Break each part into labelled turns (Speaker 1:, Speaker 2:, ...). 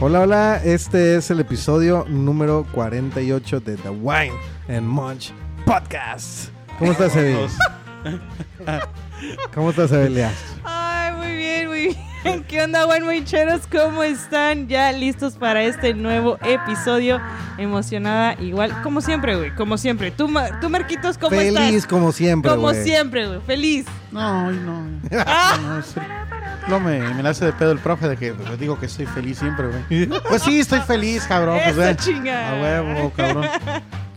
Speaker 1: Hola, hola, este es el episodio número 48 de The Wine and Munch Podcast. ¿Cómo estás, Evelia? ¿Cómo estás, Evelia?
Speaker 2: Ay, muy bien, muy bien. ¿Qué onda, buen mucheros? ¿Cómo están? Ya listos para este nuevo episodio. Emocionada, igual, como siempre, güey, como siempre. Tú, Mar- tú Marquitos, ¿cómo
Speaker 1: Feliz
Speaker 2: estás?
Speaker 1: como siempre,
Speaker 2: como
Speaker 1: güey.
Speaker 2: siempre, güey, feliz.
Speaker 3: No, hoy no.
Speaker 2: Ah.
Speaker 3: No, no, sí. No, me, me la hace de pedo el profe de que pues, digo que estoy feliz siempre, güey. Pues sí, estoy feliz, cabrón. Pues,
Speaker 2: Eso,
Speaker 3: vean.
Speaker 2: chinga.
Speaker 3: A huevo, cabrón.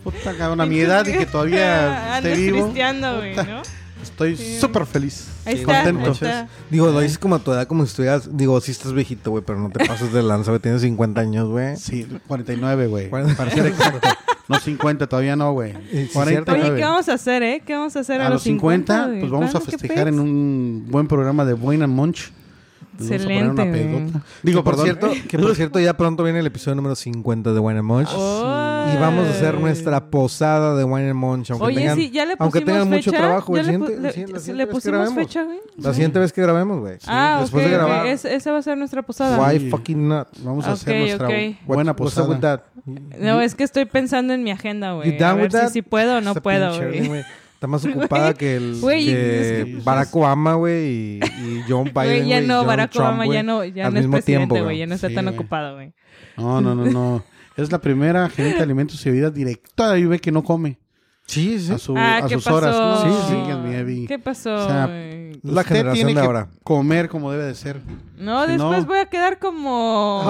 Speaker 3: Puta, cabrón, a mi edad y que todavía esté
Speaker 2: Andas
Speaker 3: vivo.
Speaker 2: cristiando, güey, ¿no?
Speaker 3: Estoy
Speaker 2: Sí.
Speaker 3: súper feliz.
Speaker 2: Ahí
Speaker 3: Sí,
Speaker 2: está,
Speaker 3: contento.
Speaker 2: ahí está.
Speaker 1: Digo, lo dices como a tu edad, como si estuvieras. Digo, sí estás viejito, güey, pero no te pases de lanza, güey. Tienes 50 años, güey.
Speaker 3: Sí, 49, güey.
Speaker 1: Cuarenta- Eh,
Speaker 3: Para ser exacto. No 50, todavía no, güey.
Speaker 1: sí, cierto.
Speaker 2: Oye, ¿qué
Speaker 3: 49.
Speaker 2: vamos a hacer, eh? ¿Qué vamos a hacer a,
Speaker 3: A los 50,
Speaker 2: güey?
Speaker 3: pues vamos a
Speaker 2: Claro, qué
Speaker 3: festejar
Speaker 2: pex.
Speaker 3: en un buen programa de Buena Munch. Les vamos a poner una
Speaker 2: Excelente, güey.
Speaker 3: pedota. Digo,
Speaker 1: Que por
Speaker 3: perdón.
Speaker 1: cierto, que por cierto, ya pronto viene el episodio número 50 de Wine and Munch.
Speaker 2: Ay.
Speaker 1: Y vamos a hacer nuestra posada de Wine and Munch. Aunque
Speaker 2: Oye,
Speaker 1: tengan,
Speaker 2: sí, ya le pusimos
Speaker 1: aunque tengan mucho
Speaker 2: fecha,
Speaker 1: trabajo,
Speaker 2: ya
Speaker 1: güey.
Speaker 2: le, pu-
Speaker 1: Siguiente-
Speaker 2: le-
Speaker 1: sí, la
Speaker 2: se-
Speaker 1: siguiente
Speaker 2: le
Speaker 1: vez que
Speaker 2: pusimos
Speaker 1: grabemos.
Speaker 2: fecha, güey.
Speaker 1: La siguiente vez que grabemos, güey.
Speaker 2: ah,
Speaker 1: Después
Speaker 2: ok,
Speaker 1: de
Speaker 2: ok,
Speaker 1: grabar.
Speaker 2: es- esa va a ser nuestra posada.
Speaker 1: Why fucking not?
Speaker 3: Vamos a hacer
Speaker 2: Ok,
Speaker 3: nuestra
Speaker 2: ok.
Speaker 1: What-
Speaker 3: buena
Speaker 1: what's up with
Speaker 3: posada.
Speaker 1: that?
Speaker 2: No, es que estoy pensando en mi agenda, güey.
Speaker 1: You
Speaker 2: A
Speaker 1: down
Speaker 2: ver
Speaker 1: with that?
Speaker 2: si, si puedo o no
Speaker 1: Esa
Speaker 2: puedo,
Speaker 1: pinche
Speaker 2: güey.
Speaker 1: Ernie, Está más ocupada que el
Speaker 2: Güey,
Speaker 1: que
Speaker 2: es que-
Speaker 1: Barack Obama, güey, y, y John Biden.
Speaker 2: Güey, ya
Speaker 1: güey, y
Speaker 2: no,
Speaker 1: Donald
Speaker 2: Barack
Speaker 1: Trump,
Speaker 2: Obama
Speaker 1: güey,
Speaker 2: ya no, ya
Speaker 1: al
Speaker 2: no es
Speaker 1: mismo
Speaker 2: presidente,
Speaker 1: tiempo,
Speaker 2: güey. Ya no está
Speaker 3: Sí,
Speaker 2: tan
Speaker 3: güey.
Speaker 2: ocupado, güey.
Speaker 3: No, no, no, no. Es la primera gerente de alimentos y bebidas directora de IB que no come
Speaker 1: Sí, sí.
Speaker 3: a, su-
Speaker 2: ah,
Speaker 3: a
Speaker 2: ¿qué
Speaker 3: sus
Speaker 2: pasó?
Speaker 3: horas. No,
Speaker 1: Sí, sí.
Speaker 3: chingas, mi Evi.
Speaker 2: ¿Qué pasó?
Speaker 3: O sea,
Speaker 2: güey?
Speaker 1: La
Speaker 3: Usted
Speaker 1: generación
Speaker 3: tiene
Speaker 1: de
Speaker 3: que
Speaker 1: ahora.
Speaker 3: comer como debe de ser.
Speaker 2: No,
Speaker 3: si
Speaker 2: después
Speaker 3: no-
Speaker 2: voy a quedar como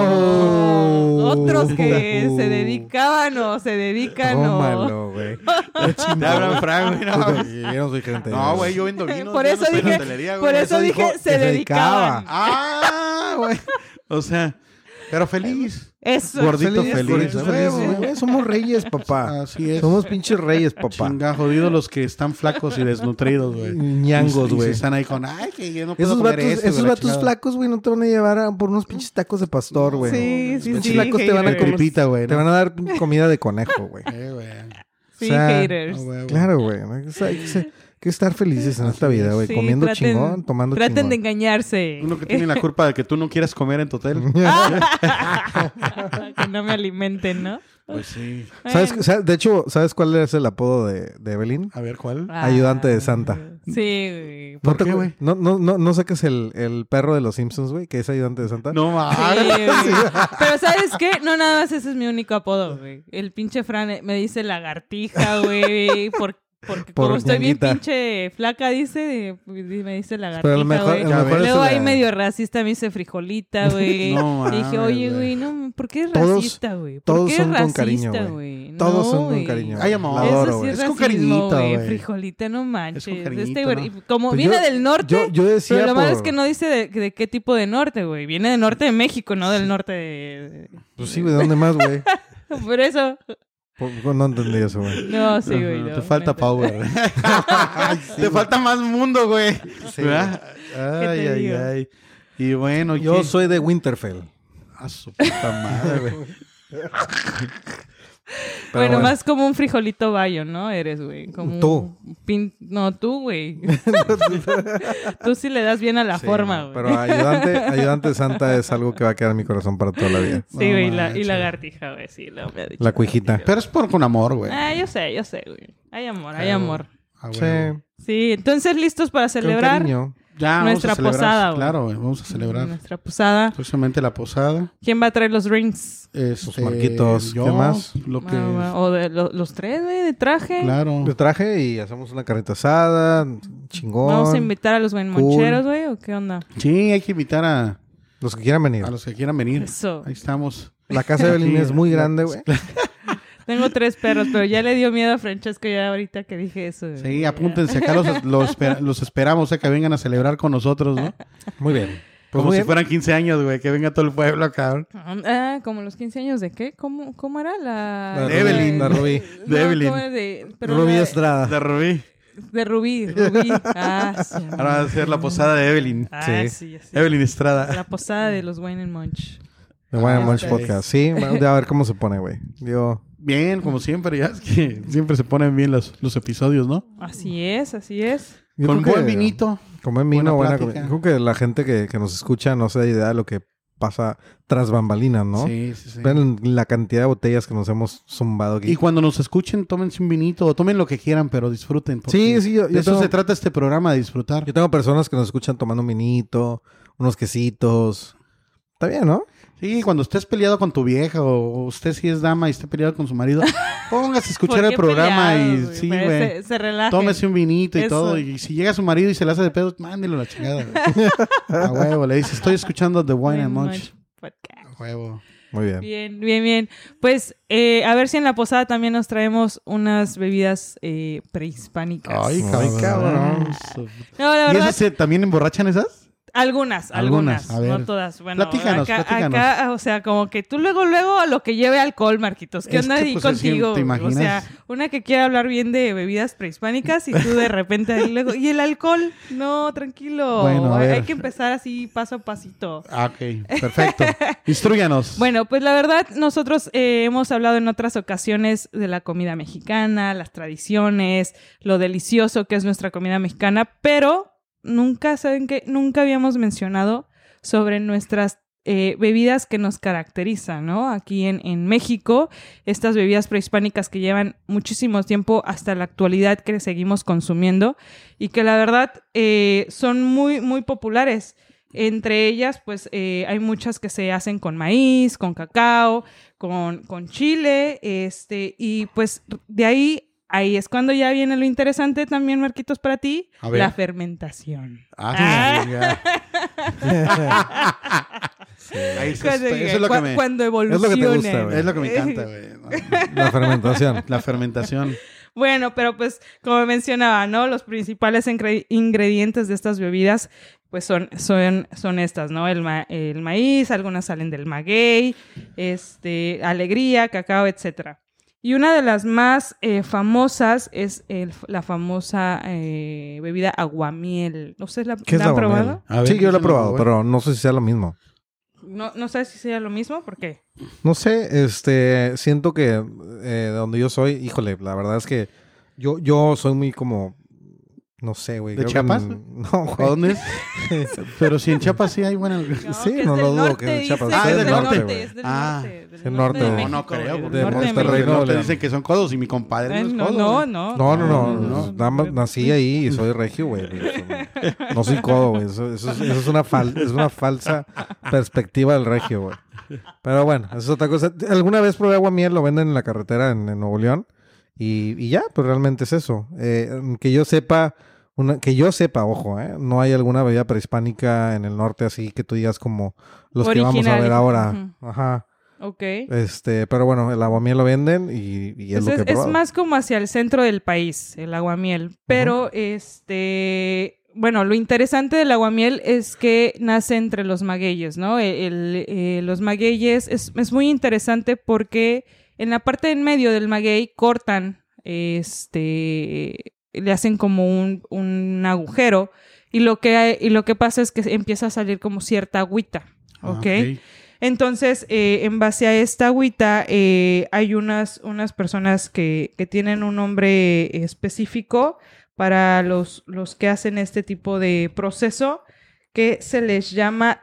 Speaker 1: Oh.
Speaker 2: otros que se dedicaban o se dedican o...
Speaker 1: Tómalo, güey.
Speaker 3: Te hablan Frank, güey, no.
Speaker 1: Yo no soy gerente.
Speaker 3: No, güey, yo vendo vino.
Speaker 2: Por
Speaker 3: yo
Speaker 2: eso
Speaker 3: no soy
Speaker 2: dije-
Speaker 3: hotelería, güey.
Speaker 2: Por eso
Speaker 1: dijo
Speaker 2: dije,
Speaker 1: que
Speaker 2: se
Speaker 1: se dedicaba.
Speaker 2: dedicaban.
Speaker 3: Ah, güey. O sea, pero feliz.
Speaker 2: Eso.
Speaker 3: Gordito
Speaker 1: Feliz,
Speaker 3: feliz,
Speaker 1: gorditos
Speaker 3: a huevo,
Speaker 1: felices, güey. Somos reyes, papá.
Speaker 3: Así es.
Speaker 1: Somos pinches reyes, papá.
Speaker 3: Chinga, jodido los que están flacos y desnutridos, güey.
Speaker 1: Ñangos,
Speaker 3: Y- y
Speaker 1: güey.
Speaker 3: Están ahí con, ay, que yo no puedo
Speaker 1: Esos
Speaker 3: comer
Speaker 1: vatos,
Speaker 3: esto,
Speaker 1: esos
Speaker 3: güey, la
Speaker 1: vatos
Speaker 3: chingada".
Speaker 1: flacos, güey, no te van a llevar a- por unos pinches tacos de pastor, güey.
Speaker 2: Sí, sí,
Speaker 1: Los
Speaker 2: sí.
Speaker 1: flacos te van a
Speaker 3: De
Speaker 2: haters.
Speaker 3: tripita, güey.
Speaker 1: Te
Speaker 3: ¿no?
Speaker 1: van a dar comida de conejo, güey.
Speaker 3: Eh, güey.
Speaker 2: Sí,
Speaker 1: o sea,
Speaker 2: haters.
Speaker 3: Ah, güey, güey.
Speaker 1: Claro, güey. ¿no? O sea, Hay que, ser- hay que estar felices en esta vida, güey.
Speaker 2: Sí,
Speaker 1: Comiendo
Speaker 2: traten-
Speaker 1: chingón, tomando
Speaker 2: Traten de
Speaker 1: chingón.
Speaker 2: engañarse.
Speaker 3: Uno que tiene la culpa de que tú no quieras comer en tu hotel.
Speaker 2: que no me alimenten, ¿no?
Speaker 3: Pues sí.
Speaker 1: ¿Sabes,
Speaker 2: Bueno.
Speaker 1: qué- sabes- de hecho, ¿sabes cuál es el apodo de, de Evelyn?
Speaker 3: A ver, ¿cuál?
Speaker 2: Ah,
Speaker 1: Ayudante de Santa.
Speaker 2: Sí, güey.
Speaker 1: ¿No
Speaker 3: ¿Por
Speaker 1: te
Speaker 3: qué,
Speaker 1: acu-
Speaker 3: güey?
Speaker 1: No, no, no, no saques el, el perro de los Simpsons, güey, que es ayudante de Santa.
Speaker 3: No
Speaker 2: Sí,
Speaker 3: mames.
Speaker 2: güey. Pero ¿sabes qué? No, nada más ese es mi único apodo, güey. El pinche Fran eh, me dice lagartija, güey. por- porque
Speaker 1: Por
Speaker 2: como estoy bien
Speaker 1: ñanguita.
Speaker 2: pinche flaca, dice, eh, me dice
Speaker 1: Pero a lo
Speaker 2: lagartija,
Speaker 1: mejor, a
Speaker 2: güey.
Speaker 1: lo
Speaker 3: Ya
Speaker 1: mejor
Speaker 3: ves.
Speaker 1: es
Speaker 2: Luego
Speaker 1: la-
Speaker 2: ahí medio racista me dice frijolita, güey.
Speaker 3: No
Speaker 2: Y dije,
Speaker 3: mames,
Speaker 2: oye,
Speaker 3: güey.
Speaker 2: güey, no, ¿por qué es
Speaker 1: Todos-
Speaker 2: racista, güey? ¿Por
Speaker 1: todos
Speaker 2: qué
Speaker 1: son
Speaker 2: es
Speaker 1: con cariño,
Speaker 2: racista,
Speaker 1: güey.
Speaker 2: güey?
Speaker 1: Todos
Speaker 2: No,
Speaker 1: son con
Speaker 2: güey.
Speaker 1: cariño.
Speaker 3: Ay, amor.
Speaker 1: La
Speaker 3: Eso
Speaker 1: adoro,
Speaker 2: Eso sí
Speaker 1: güey.
Speaker 2: es,
Speaker 3: Es con
Speaker 2: racismo,
Speaker 3: cariñito,
Speaker 2: güey.
Speaker 3: güey.
Speaker 2: Frijolita, no manches.
Speaker 3: cariñito,
Speaker 2: Este güey-
Speaker 3: ¿no?
Speaker 2: y Como
Speaker 1: Pues
Speaker 2: viene
Speaker 1: yo-
Speaker 2: del norte.
Speaker 1: Yo, yo decía
Speaker 2: pero lo malo
Speaker 1: por-
Speaker 2: es que no dice de, de qué tipo de norte, güey. Viene del norte de México, no del norte de...
Speaker 1: Pues sí, güey, ¿de dónde más, güey?
Speaker 2: Por eso...
Speaker 1: Por- No entendí eso, güey.
Speaker 2: No, sí, güey.
Speaker 3: Ajá,
Speaker 2: no,
Speaker 3: te falta
Speaker 2: neta.
Speaker 3: power. te falta más mundo, güey. ¿Verdad?
Speaker 2: ¿Qué
Speaker 3: Ay,
Speaker 2: te
Speaker 3: ay,
Speaker 2: digo?
Speaker 3: ay. Y bueno,
Speaker 1: Yo
Speaker 3: ¿qué?
Speaker 1: soy de Winterfell.
Speaker 3: A su puta madre, güey.
Speaker 1: Pero
Speaker 2: bueno,
Speaker 1: bueno.
Speaker 2: más como un frijolito bayo, ¿no? Eres, güey. Como un
Speaker 1: Tú.
Speaker 2: pin- No, tú, güey. tú sí le das bien a la
Speaker 1: Sí,
Speaker 2: forma, güey.
Speaker 1: Pero ayudante, ayudante santa es algo que va a quedar en mi corazón para toda la vida.
Speaker 2: Sí,
Speaker 3: No
Speaker 2: güey. y la, y
Speaker 3: manches.
Speaker 2: lagartija, güey. Sí, lo me ha dicho.
Speaker 1: La cuijita. Ah,
Speaker 3: Pero es por con amor, güey.
Speaker 2: Ah, yo sé, yo sé, güey. Hay amor, hay amor.
Speaker 3: Ah,
Speaker 1: Sí.
Speaker 3: güey.
Speaker 2: Sí, entonces listos para
Speaker 1: Con
Speaker 2: celebrar.
Speaker 1: cariño.
Speaker 3: Ya, vamos
Speaker 2: Nuestra
Speaker 3: a celebrar.
Speaker 2: posada, güey.
Speaker 3: Claro, güey. Vamos a celebrar.
Speaker 2: Nuestra posada.
Speaker 3: Próximamente la posada.
Speaker 2: ¿Quién va a traer los rings?
Speaker 3: Este,
Speaker 1: marquitos, ¿qué
Speaker 3: yo,
Speaker 1: más?
Speaker 3: Lo que.
Speaker 2: Ah, va. O de, lo- los tres, güey, de traje.
Speaker 3: Claro.
Speaker 1: Yo traje y hacemos una carnita asada, chingón.
Speaker 2: Vamos a invitar a los buen
Speaker 1: Cool.
Speaker 2: moncheros, güey, o qué onda.
Speaker 3: Sí, hay que invitar a,
Speaker 1: Los que quieran venir.
Speaker 3: a los que quieran venir.
Speaker 2: Eso.
Speaker 3: Ahí estamos.
Speaker 1: La casa de Belín
Speaker 3: Sí,
Speaker 1: es muy
Speaker 3: la-
Speaker 1: grande, güey.
Speaker 2: Tengo tres perros, pero ya le dio miedo a Francesco ya ahorita que dije eso. güey.
Speaker 3: Sí, apúntense. Acá los, los, esper- los esperamos a que vengan a celebrar con nosotros, ¿no?
Speaker 1: Muy bien. Pues
Speaker 3: Como
Speaker 1: muy
Speaker 3: si
Speaker 1: bien.
Speaker 3: fueran 15 años, güey. Que venga todo el pueblo, cabrón.
Speaker 2: Ah, como los 15 años de qué? ¿Cómo, cómo era la.
Speaker 1: La
Speaker 3: de Evelyn. Ah,
Speaker 1: La Rubí.
Speaker 3: De Evelyn.
Speaker 2: ¿cómo es de, pero
Speaker 1: Rubí
Speaker 2: la-
Speaker 1: Estrada.
Speaker 3: De Rubí.
Speaker 2: De Rubí, Rubí. Ah, sí.
Speaker 3: Ahora va a ser la posada de Evelyn.
Speaker 2: Ah,
Speaker 1: Sí.
Speaker 2: sí, sí.
Speaker 3: Evelyn Estrada.
Speaker 2: La posada de los Wine and Munch.
Speaker 1: De Wine and
Speaker 3: Ah,
Speaker 1: Munch
Speaker 3: ok.
Speaker 1: Podcast. Sí, bueno, de a ver cómo se pone, güey. Yo.
Speaker 3: Bien, como siempre, ya es que siempre se ponen bien los, los episodios, ¿no?
Speaker 2: Así es, así es.
Speaker 1: yo
Speaker 3: Con
Speaker 1: creo
Speaker 3: buen
Speaker 1: que-
Speaker 3: vinito.
Speaker 1: Como en vino,
Speaker 3: Buena
Speaker 1: buena
Speaker 3: plática.
Speaker 1: comida. Creo que la gente que, que nos escucha no se da idea de lo que pasa tras bambalinas, ¿no?
Speaker 3: Sí, sí, sí.
Speaker 1: Ven la cantidad de botellas que nos hemos zumbado aquí.
Speaker 3: Y cuando nos escuchen, tómense un vinito o tomen lo que quieran, pero disfruten. porque
Speaker 1: Sí, sí, yo,
Speaker 3: De
Speaker 1: yo,
Speaker 3: eso
Speaker 1: tengo,
Speaker 3: se trata este programa, de disfrutar.
Speaker 1: yo tengo personas que nos escuchan tomando un vinito, unos quesitos. Está bien, ¿no?
Speaker 3: Sí, cuando estés peleado con tu vieja o usted si es dama y esté peleado con su marido, póngase a escuchar el programa y sí, güey.
Speaker 2: Se, se relaja.
Speaker 3: Tómese un vinito y
Speaker 2: Eso.
Speaker 3: todo. Y si llega su marido y se le hace de pedo, mándelo a la chingada. güey. a huevo, le dice, estoy escuchando The Wine and Munch.
Speaker 2: Podcast.
Speaker 3: A huevo.
Speaker 1: Muy bien.
Speaker 2: Bien, bien, bien. Pues eh, a ver si en la posada también nos traemos unas bebidas eh, prehispánicas.
Speaker 3: Ay,
Speaker 1: Ay,
Speaker 3: cabrón.
Speaker 2: no, la
Speaker 3: ¿Y
Speaker 2: verdad,
Speaker 3: esas se- también emborrachan esas?
Speaker 2: algunas, algunas,
Speaker 3: Algunas, a ver.
Speaker 2: no todas. Bueno,
Speaker 3: Platícanos,
Speaker 2: acá,
Speaker 3: platícanos.
Speaker 2: acá, o sea, como que tú luego, luego a lo que lleve alcohol, Marquitos. ¿Qué
Speaker 3: Es
Speaker 2: onda
Speaker 3: que,
Speaker 2: ahí
Speaker 3: pues, así,
Speaker 2: contigo?
Speaker 3: ¿te
Speaker 2: o sea,
Speaker 3: imaginas?
Speaker 2: una que quiere hablar bien de bebidas prehispánicas y tú de repente ahí luego, y el alcohol, no, tranquilo.
Speaker 3: Bueno, a
Speaker 2: hay, hay
Speaker 3: ver.
Speaker 2: que empezar así paso a pasito.
Speaker 3: Ah, ok, perfecto. Instruyanos.
Speaker 2: Bueno, pues la verdad, nosotros eh, hemos hablado en otras ocasiones de la comida mexicana, las tradiciones, lo delicioso que es nuestra comida mexicana, pero nunca, ¿saben que Nunca habíamos mencionado sobre nuestras eh, bebidas que nos caracterizan, ¿no? Aquí en, en México, estas bebidas prehispánicas que llevan muchísimo tiempo hasta la actualidad que seguimos consumiendo y que la verdad eh, son muy, muy populares. Entre ellas, pues eh, hay muchas que se hacen con maíz, con cacao, con, con chile, este, y pues de ahí, ahí es cuando ya viene lo interesante también, Marquitos, para ti,
Speaker 3: A ver.
Speaker 2: la fermentación.
Speaker 3: Ah, ya. Ahí se-
Speaker 2: Cuando,
Speaker 3: eso es lo que
Speaker 2: cua-
Speaker 3: me...
Speaker 2: cuando
Speaker 1: lo que te gusta,
Speaker 2: evoluciona.
Speaker 1: güey.
Speaker 3: Es lo que me encanta, güey. No.
Speaker 1: La fermentación.
Speaker 3: La fermentación.
Speaker 2: Bueno, pero pues como mencionaba, ¿no? Los principales ingre- ingredientes de estas bebidas pues son, son, son estas, ¿no? El, ma- el maíz, algunas salen del maguey, este, alegría, cacao, etcétera. Y una de las más eh, famosas es el- la famosa eh, bebida aguamiel. ¿No sé, la,
Speaker 1: ¿Qué es
Speaker 2: la han
Speaker 1: la guamiel?
Speaker 2: probado?
Speaker 3: A ver,
Speaker 1: sí, yo lo he
Speaker 3: díselo,
Speaker 1: probado,
Speaker 3: güey.
Speaker 1: pero no sé si sea lo mismo.
Speaker 2: No, no sé si sea lo mismo, ¿por qué?
Speaker 1: No sé, este, siento que eh, de donde yo soy, híjole, la verdad es que yo, yo soy muy como, no sé, güey.
Speaker 3: ¿De
Speaker 1: creo que
Speaker 3: Chiapas?
Speaker 1: n- No,
Speaker 3: ¿A
Speaker 1: güey.
Speaker 3: dónde es? Pero si en Chiapas sí hay buena...
Speaker 1: Sí,
Speaker 2: que es
Speaker 1: no
Speaker 2: del
Speaker 1: lo dudo
Speaker 2: norte,
Speaker 1: que es de Chiapas.
Speaker 2: dice,
Speaker 3: Ah, es del norte,
Speaker 1: güey.
Speaker 2: es del
Speaker 3: Ah,
Speaker 2: norte, del
Speaker 1: es el
Speaker 2: norte de
Speaker 1: norte.
Speaker 3: No, no
Speaker 2: México,
Speaker 3: creo.
Speaker 1: porque
Speaker 2: del norte de
Speaker 1: Monterrey
Speaker 3: Monterrey
Speaker 1: no
Speaker 3: no te
Speaker 1: le-
Speaker 3: dicen que son codos y mi compadre
Speaker 2: Ay,
Speaker 3: no es
Speaker 2: no,
Speaker 3: codo.
Speaker 2: no,
Speaker 3: güey.
Speaker 2: no.
Speaker 1: No, no, no,
Speaker 3: No,
Speaker 1: no,
Speaker 3: no,
Speaker 1: nada más nací ahí y soy regio, güey. No soy codo, güey. Eso, eso es- eso es, una fal- es una falsa perspectiva del regio, güey. Pero bueno, eso es otra cosa. Alguna vez probé agua miel, lo venden en la carretera en, en Nuevo León. Y, y ya, pues realmente es eso. Eh, que yo sepa, una, que yo sepa, ojo, eh, no hay alguna bebida prehispánica en el norte así que tú digas como los que vamos a
Speaker 2: Original,
Speaker 1: ver
Speaker 2: dijo.
Speaker 1: ahora. Ajá.
Speaker 2: Ok.
Speaker 1: Este, pero bueno, el agua miel lo venden y, y es
Speaker 2: Pues es,
Speaker 1: lo que he
Speaker 2: es
Speaker 1: probado.
Speaker 2: más como hacia el centro del país, el aguamiel. Pero, este, bueno, lo interesante del aguamiel es que nace entre los magueyes, ¿no? El- el, eh, los magueyes es, es muy interesante porque en la parte en medio del maguey cortan, este, le hacen como un, un agujero y lo, que, y lo que pasa es que empieza a salir como cierta agüita,
Speaker 3: Ah,
Speaker 2: ¿ok? Entonces, eh, en base a esta agüita, eh, hay unas, unas personas que, que tienen un nombre específico para los, los que hacen este tipo de proceso que se les llama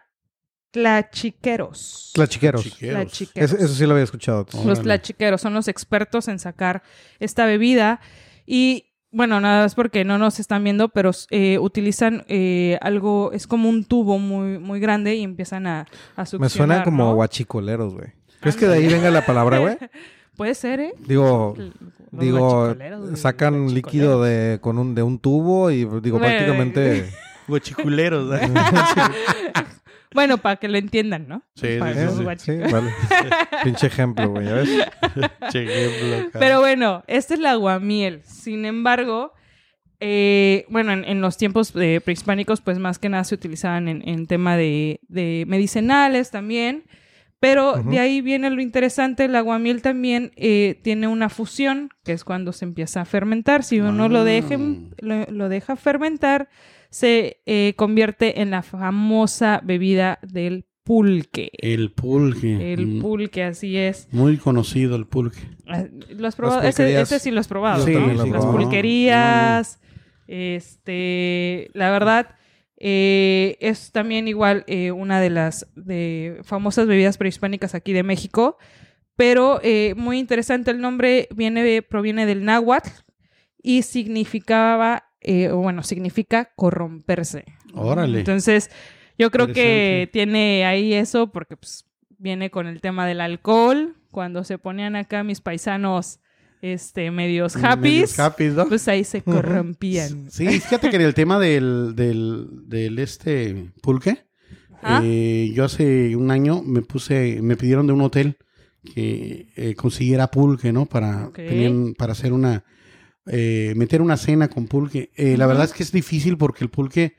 Speaker 2: tlachiqueros.
Speaker 1: Tlachiqueros.
Speaker 3: Chiqueros.
Speaker 2: Tlachiqueros.
Speaker 1: Eso, eso sí lo había escuchado.
Speaker 2: Los
Speaker 3: Órale.
Speaker 2: tlachiqueros son los expertos en sacar esta bebida. Y bueno, nada es porque no nos están viendo, pero eh, utilizan eh, algo, es como un tubo muy, muy grande y empiezan a, a
Speaker 1: Me
Speaker 2: succionar.
Speaker 1: suena como
Speaker 2: ¿no?
Speaker 1: guachicoleros, güey. ¿Crees que de ahí venga la palabra, güey?
Speaker 2: Puede ser, ¿eh?
Speaker 1: Digo,
Speaker 2: Los
Speaker 1: digo,
Speaker 2: guachicoleros, güey,
Speaker 1: sacan
Speaker 2: guachicoleros.
Speaker 1: líquido de con un de un tubo y digo
Speaker 2: Güey.
Speaker 1: prácticamente ¿eh?
Speaker 3: Guachiculeros, ¿eh?
Speaker 2: Bueno, para que lo entiendan, ¿no?
Speaker 3: Sí,
Speaker 2: Para
Speaker 3: sí,
Speaker 1: Eh,
Speaker 2: los
Speaker 3: sí, sí.
Speaker 1: sí,
Speaker 2: guachicoleros.
Speaker 1: vale. Pinche ejemplo, güey, ¿ya ves?
Speaker 3: Chiqueros, acá.
Speaker 2: Pero bueno, este es la aguamiel. Sin embargo, eh, bueno, en, en los tiempos eh, prehispánicos, pues más que nada se utilizaban en, en tema de, de medicinales también. Pero
Speaker 1: Ujú.
Speaker 2: de ahí viene lo interesante, el aguamiel también eh, tiene una fusión, que es cuando se empieza a fermentar. Si uno lo,
Speaker 3: Ah.
Speaker 2: dejen- lo, lo deja fermentar, se eh, convierte en la famosa bebida del pulque.
Speaker 3: El pulque.
Speaker 2: El
Speaker 3: Mm,
Speaker 2: pulque, así es.
Speaker 3: Muy conocido el pulque.
Speaker 2: Ah, ¿Lo has probado?
Speaker 1: Las
Speaker 2: Ese,
Speaker 1: pulquerías.
Speaker 2: ese sí lo has probado,
Speaker 1: Yo
Speaker 2: ¿no?
Speaker 1: también lo he
Speaker 2: Las
Speaker 1: probado.
Speaker 2: pulquerías. Este, la verdad, Eh, es también igual eh, una de las de famosas bebidas prehispánicas aquí de México. Pero eh, muy interesante el nombre, viene, proviene del náhuatl y significaba, eh, o bueno, significa corromperse.
Speaker 3: Órale.
Speaker 2: Entonces, yo creo que
Speaker 3: Interesante.
Speaker 2: tiene ahí eso porque pues, viene con el tema del alcohol. Cuando se ponían acá mis paisanos este, medios
Speaker 3: Medios
Speaker 2: happies,
Speaker 3: Happys, ¿no?
Speaker 2: pues ahí se corrompían.
Speaker 3: Pues, Sí, fíjate que en el tema del, del, del este pulque,
Speaker 2: Ajá.
Speaker 3: eh, yo hace un año me puse, me pidieron de un hotel que eh, consiguiera pulque, ¿no? Para,
Speaker 2: Ok.
Speaker 3: tenían- para hacer una, eh, meter una cena con pulque. Eh, La
Speaker 2: Ujú.
Speaker 3: verdad es que es difícil porque el pulque,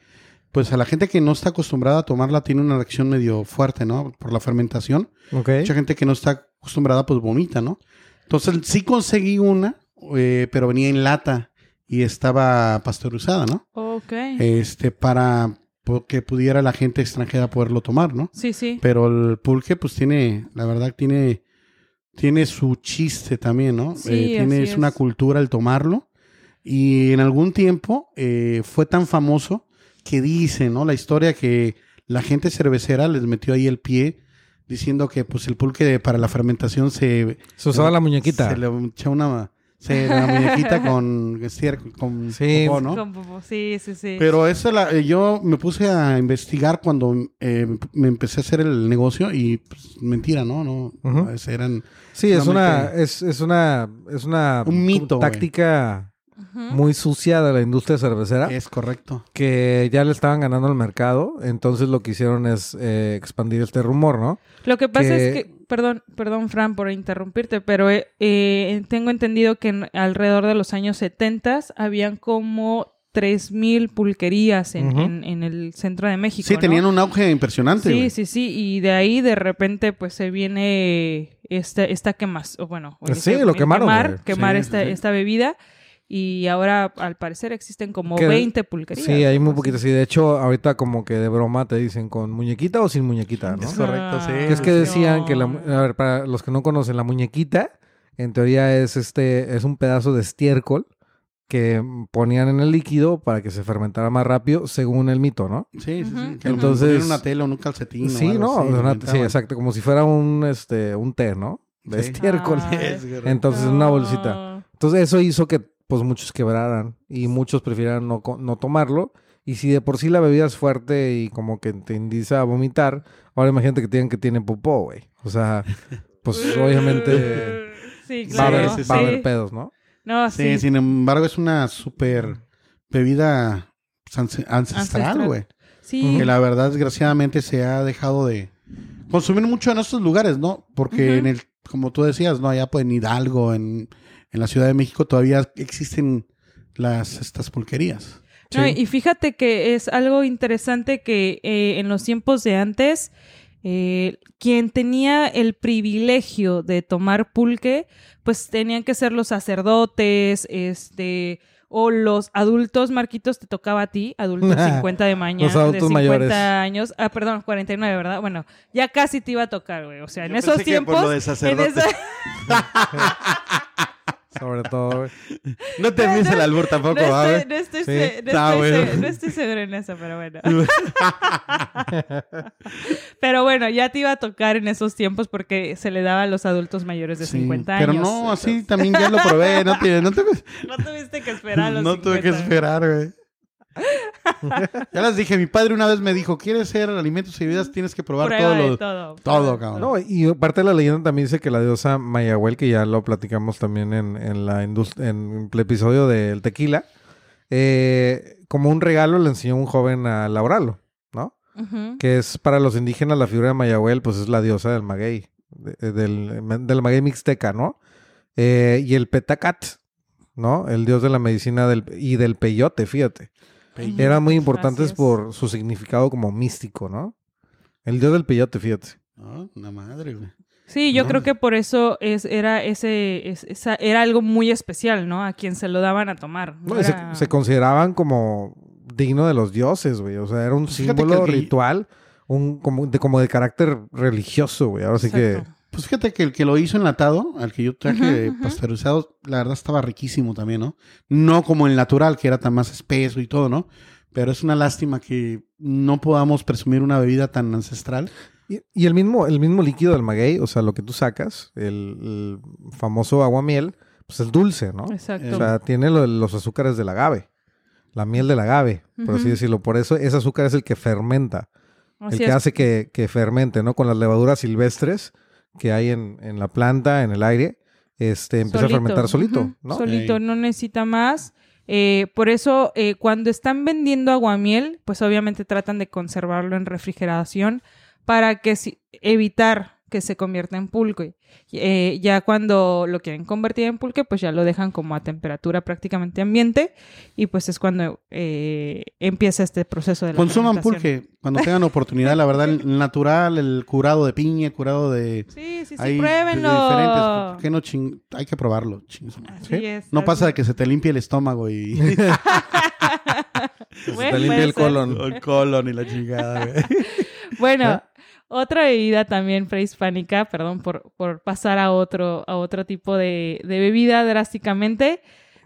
Speaker 3: pues a la gente que no está acostumbrada a tomarla tiene una reacción medio fuerte, ¿no? Por la fermentación.
Speaker 1: Ok.
Speaker 3: Mucha gente que no está acostumbrada, pues vomita, ¿no? Entonces sí conseguí una, eh, pero venía en lata y estaba pasteurizada, ¿no?
Speaker 2: Ok.
Speaker 3: Este, para po- que pudiera la gente extranjera poderlo tomar, ¿no?
Speaker 2: sí, sí.
Speaker 3: Pero el pulque, pues tiene, la verdad, tiene, tiene su chiste también, ¿no? Eh,
Speaker 2: Sí,
Speaker 3: tiene
Speaker 2: así
Speaker 3: es una
Speaker 2: es.
Speaker 3: cultura el tomarlo. Y en algún tiempo eh, fue tan famoso que dice, ¿no? La historia que la gente cervecera les metió ahí el pie diciendo que pues el pulque para la fermentación se,
Speaker 1: Se usaba la muñequita.
Speaker 3: se le echa una se, la muñequita con, con
Speaker 1: Sí.
Speaker 3: popó, ¿no?
Speaker 2: Con popó. Sí, sí, sí.
Speaker 3: Pero esa la, eh, yo me puse a investigar cuando eh, me empecé a hacer el negocio y pues, mentira, ¿no? No,
Speaker 1: Ujú.
Speaker 3: es- eran
Speaker 1: Sí, es una,
Speaker 3: Solamente-
Speaker 1: es, es una, es una
Speaker 3: Un
Speaker 1: como
Speaker 3: mito, güey.
Speaker 1: táctica
Speaker 2: Ujú.
Speaker 1: muy sucia de la industria cervecera
Speaker 3: es correcto.
Speaker 1: que ya le estaban ganando el mercado, entonces lo que hicieron es eh, expandir este rumor, ¿no?
Speaker 2: Lo que pasa
Speaker 1: que-
Speaker 2: es que, perdón, perdón Fran por interrumpirte, pero eh, eh, tengo entendido que en- alrededor de los años 70 habían como 3.000 pulquerías en,
Speaker 1: Ujú.
Speaker 2: en- en el centro de México.
Speaker 3: Sí,
Speaker 2: ¿no?
Speaker 3: tenían un auge impresionante.
Speaker 2: Sí,
Speaker 3: güey.
Speaker 2: sí, sí, y de ahí de repente pues se viene esta, esta quemas, o bueno, o
Speaker 1: Sí,
Speaker 2: este-
Speaker 1: lo quemaron, güey.
Speaker 2: quemar, quemar
Speaker 3: Sí,
Speaker 2: esta,
Speaker 3: sí, sí.
Speaker 2: esta bebida y ahora al parecer existen como
Speaker 1: Que-
Speaker 2: 20 pulquerías.
Speaker 1: Sí, hay
Speaker 2: ¿no?
Speaker 1: muy poquitas. Sí, de hecho, ahorita como que de broma te dicen con muñequita o sin muñequita, ¿no?
Speaker 3: Es correcto, sí.
Speaker 1: Que es que decían que la, mu-
Speaker 2: no.
Speaker 1: a ver, para los que no conocen, la muñequita, en teoría es este, es un pedazo de estiércol que ponían en el líquido para que se fermentara más rápido, según el mito, ¿no?
Speaker 3: Sí, sí, sí.
Speaker 2: Ujú.
Speaker 3: que a lo mejor
Speaker 1: Entonces-
Speaker 3: ponían una tela o un calcetín. o
Speaker 1: Sí,
Speaker 3: algo
Speaker 1: no,
Speaker 3: así, lo
Speaker 1: una- sí,
Speaker 3: inventaban.
Speaker 1: exacto, como si fuera un este un té, ¿no? De
Speaker 3: Sí.
Speaker 1: estiércol.
Speaker 2: Ah,
Speaker 3: Es correcto.
Speaker 1: Entonces, una bolsita.
Speaker 2: No.
Speaker 1: Entonces, eso hizo que pues muchos quebraran y muchos prefirieran no, co- no tomarlo. Y si de por sí la bebida es fuerte y como que te indica a vomitar, ahora imagínate que tienen que tiene popó, güey. O sea, pues obviamente
Speaker 2: Sí,
Speaker 1: va, a
Speaker 2: claro.
Speaker 1: haber,
Speaker 3: sí, sí.
Speaker 1: va a haber pedos, ¿no?
Speaker 2: No,
Speaker 3: Sí,
Speaker 2: ah, sí.
Speaker 3: sin embargo, es una super bebida pues, ance- ancestral,
Speaker 2: Ancestral.
Speaker 3: güey.
Speaker 2: Sí.
Speaker 3: que la verdad desgraciadamente se ha dejado de consumir mucho en estos lugares, ¿no? Porque
Speaker 2: Ujú.
Speaker 3: en el, como tú decías, ¿no? Allá pues en Hidalgo, en, en la Ciudad de México todavía existen las estas pulquerías.
Speaker 2: No,
Speaker 1: Sí.
Speaker 2: y fíjate que es algo interesante que eh, en los tiempos de antes, eh, quien tenía el privilegio de tomar pulque, pues tenían que ser los sacerdotes, este, o los adultos, Marquitos, te tocaba a ti, adultos 50 de mañana,
Speaker 1: Los adultos
Speaker 2: de 50
Speaker 1: mayores.
Speaker 2: años, ah, perdón, 49, ¿verdad? Bueno, ya casi te iba a tocar, güey, o sea, en esos tiempos... en esa-
Speaker 1: Sobre todo, güey.
Speaker 3: No te
Speaker 2: ríes el
Speaker 3: albur
Speaker 2: No
Speaker 3: tampoco,
Speaker 2: estoy, no estoy
Speaker 1: Sí.
Speaker 2: se- no
Speaker 3: Está
Speaker 2: estoy
Speaker 3: bueno.
Speaker 2: se- no estoy segura en eso, pero bueno. pero bueno, ya te iba a tocar en esos tiempos porque se le daba a los adultos mayores de 50 años.
Speaker 3: Pero no, así
Speaker 2: entonces,
Speaker 3: también ya lo probé. No, te- no, tuve-
Speaker 2: No tuviste que esperar a los
Speaker 3: no tuve que
Speaker 2: 50.
Speaker 3: esperar, güey. ya les dije, mi padre una vez me dijo, ¿quieres ser alimentos y bebidas? Tienes que probar
Speaker 2: Prueba
Speaker 3: todo
Speaker 2: de
Speaker 3: lo...
Speaker 2: todo.
Speaker 3: todo, cabrón.
Speaker 1: No, y parte de la leyenda también dice que la diosa Mayahuel, que ya lo platicamos también en, en la indus- en el episodio del tequila, eh, como un regalo le enseñó un joven a labrarlo, ¿no?
Speaker 2: Ujú.
Speaker 1: Que es para los indígenas la figura de Mayahuel, pues es la diosa del maguey, de- eh, del, del maguey mixteca, ¿no? Eh, y el petacat, ¿no? El dios de la medicina del, y del peyote, fíjate.
Speaker 2: Ujú.
Speaker 1: Eran muy importantes
Speaker 2: Así es.
Speaker 1: por su significado como místico, ¿no? El dios del peyote, fíjate.
Speaker 3: No, una madre, güey.
Speaker 2: Sí, yo
Speaker 3: No.
Speaker 2: creo que por eso es, era ese, es- esa- era algo muy especial, ¿no? A quien se lo daban a tomar.
Speaker 1: No, y se,
Speaker 2: Era-
Speaker 1: se consideraban como digno de los dioses, güey. O sea, era un
Speaker 3: Fíjate
Speaker 1: símbolo
Speaker 3: que-
Speaker 1: ritual, un como de, como de carácter religioso, güey. Ahora sí que.
Speaker 2: Exacto.
Speaker 3: Pues fíjate que el que lo hizo enlatado, al que yo traje
Speaker 2: Ujú,
Speaker 3: de
Speaker 2: ujú.
Speaker 3: pasteurizado, la verdad estaba riquísimo también, ¿no? No como el natural, que era tan más espeso y todo, ¿no? Pero es una lástima que no podamos presumir una bebida tan ancestral.
Speaker 1: Y, y el, mismo, el mismo líquido del maguey, o sea, lo que tú sacas, el, el famoso aguamiel, pues es dulce, ¿no?
Speaker 2: Exacto.
Speaker 1: O sea, tiene lo- los azúcares del agave, la miel del agave, por así
Speaker 2: Ujú.
Speaker 1: decirlo. Por eso ese azúcar es el que fermenta, el
Speaker 2: Así
Speaker 1: que
Speaker 2: es.
Speaker 1: hace que, que fermente, ¿no? Con las levaduras silvestres que hay en, en la planta, en el aire, este, empieza
Speaker 2: Solito.
Speaker 1: a fermentar solito,
Speaker 2: Ujú.
Speaker 1: ¿no?
Speaker 2: Solito,
Speaker 3: Ey.
Speaker 2: no necesita más. Eh, por eso, eh, cuando están vendiendo aguamiel, pues obviamente tratan de conservarlo en refrigeración para que si- evitar que se convierta en pulque. Eh, ya cuando lo quieren convertir en pulque, pues ya lo dejan como a temperatura prácticamente ambiente y pues es cuando eh, empieza este proceso de la
Speaker 3: Consuman
Speaker 2: fermentación.
Speaker 3: pulque cuando tengan oportunidad, la verdad, el natural, el curado de piña, el curado de...
Speaker 2: Sí, sí, sí,
Speaker 3: hay de- de diferentes,
Speaker 2: pruébenlo.
Speaker 3: ¿por qué no ching- Hay que probarlo. ching su madre.
Speaker 2: Así es,
Speaker 3: No
Speaker 2: así
Speaker 3: pasa de
Speaker 2: es.
Speaker 3: que se te limpie el estómago y
Speaker 1: Se
Speaker 2: Bueno,
Speaker 1: te limpia
Speaker 2: puede
Speaker 1: el
Speaker 2: ser.
Speaker 1: colon.
Speaker 3: el colon y la chingada. güey.
Speaker 1: ¿Eh?
Speaker 2: Bueno, otra bebida también prehispánica, perdón por, por pasar a otro, a otro tipo de, de bebida drásticamente,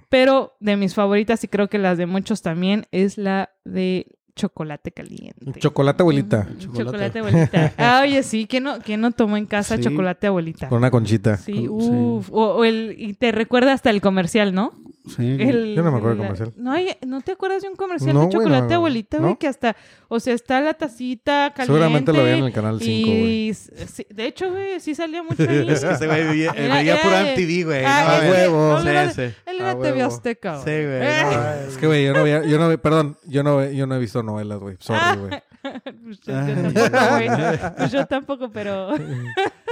Speaker 2: pero de mis favoritas y creo que las de muchos también es la de chocolate caliente.
Speaker 1: Chocolate abuelita,
Speaker 2: Ujú,
Speaker 3: Chocolate.
Speaker 2: Chocolate abuelita. Ah, oye, sí, ¿quién no, quién no tomó en casa
Speaker 3: Sí.
Speaker 2: chocolate abuelita?
Speaker 1: con una conchita.
Speaker 2: Sí,
Speaker 3: Con- sí.
Speaker 2: uff. O, o el, y te recuerda hasta el comercial, ¿no?
Speaker 3: Sí.
Speaker 2: El-
Speaker 1: Yo no me acuerdo del
Speaker 2: la-
Speaker 1: comercial.
Speaker 2: No, hay, ¿No te acuerdas de un comercial
Speaker 1: No,
Speaker 2: de
Speaker 1: güey, no,
Speaker 2: chocolate
Speaker 1: no,
Speaker 2: abuelita, güey?
Speaker 1: ¿no?
Speaker 2: Que hasta, o sea, está la tacita caliente.
Speaker 1: Seguramente lo veían en el canal 5, güey.
Speaker 2: y s- sí, de hecho, güey, sí salía mucho ahí.
Speaker 3: Es que ese güey vivía- eh,
Speaker 2: Era-
Speaker 3: veía
Speaker 2: era
Speaker 3: pura
Speaker 2: de-
Speaker 3: MTV, güey.
Speaker 2: Ah,
Speaker 1: no,
Speaker 2: es que-
Speaker 1: güey.
Speaker 3: mames.
Speaker 1: huevo.
Speaker 2: no, él era-
Speaker 3: Sí, sí.
Speaker 2: Él era
Speaker 1: A
Speaker 2: TV
Speaker 1: huevo.
Speaker 2: Azteca, güey.
Speaker 3: Sí, güey.
Speaker 2: Eh,
Speaker 3: no mames.
Speaker 1: Es que, güey, yo no veía, yo no ve- perdón, yo no, ve- yo no he visto novelas, güey. Sorry, güey.
Speaker 2: pues yo, yo tampoco, güey. Pues yo tampoco, pero,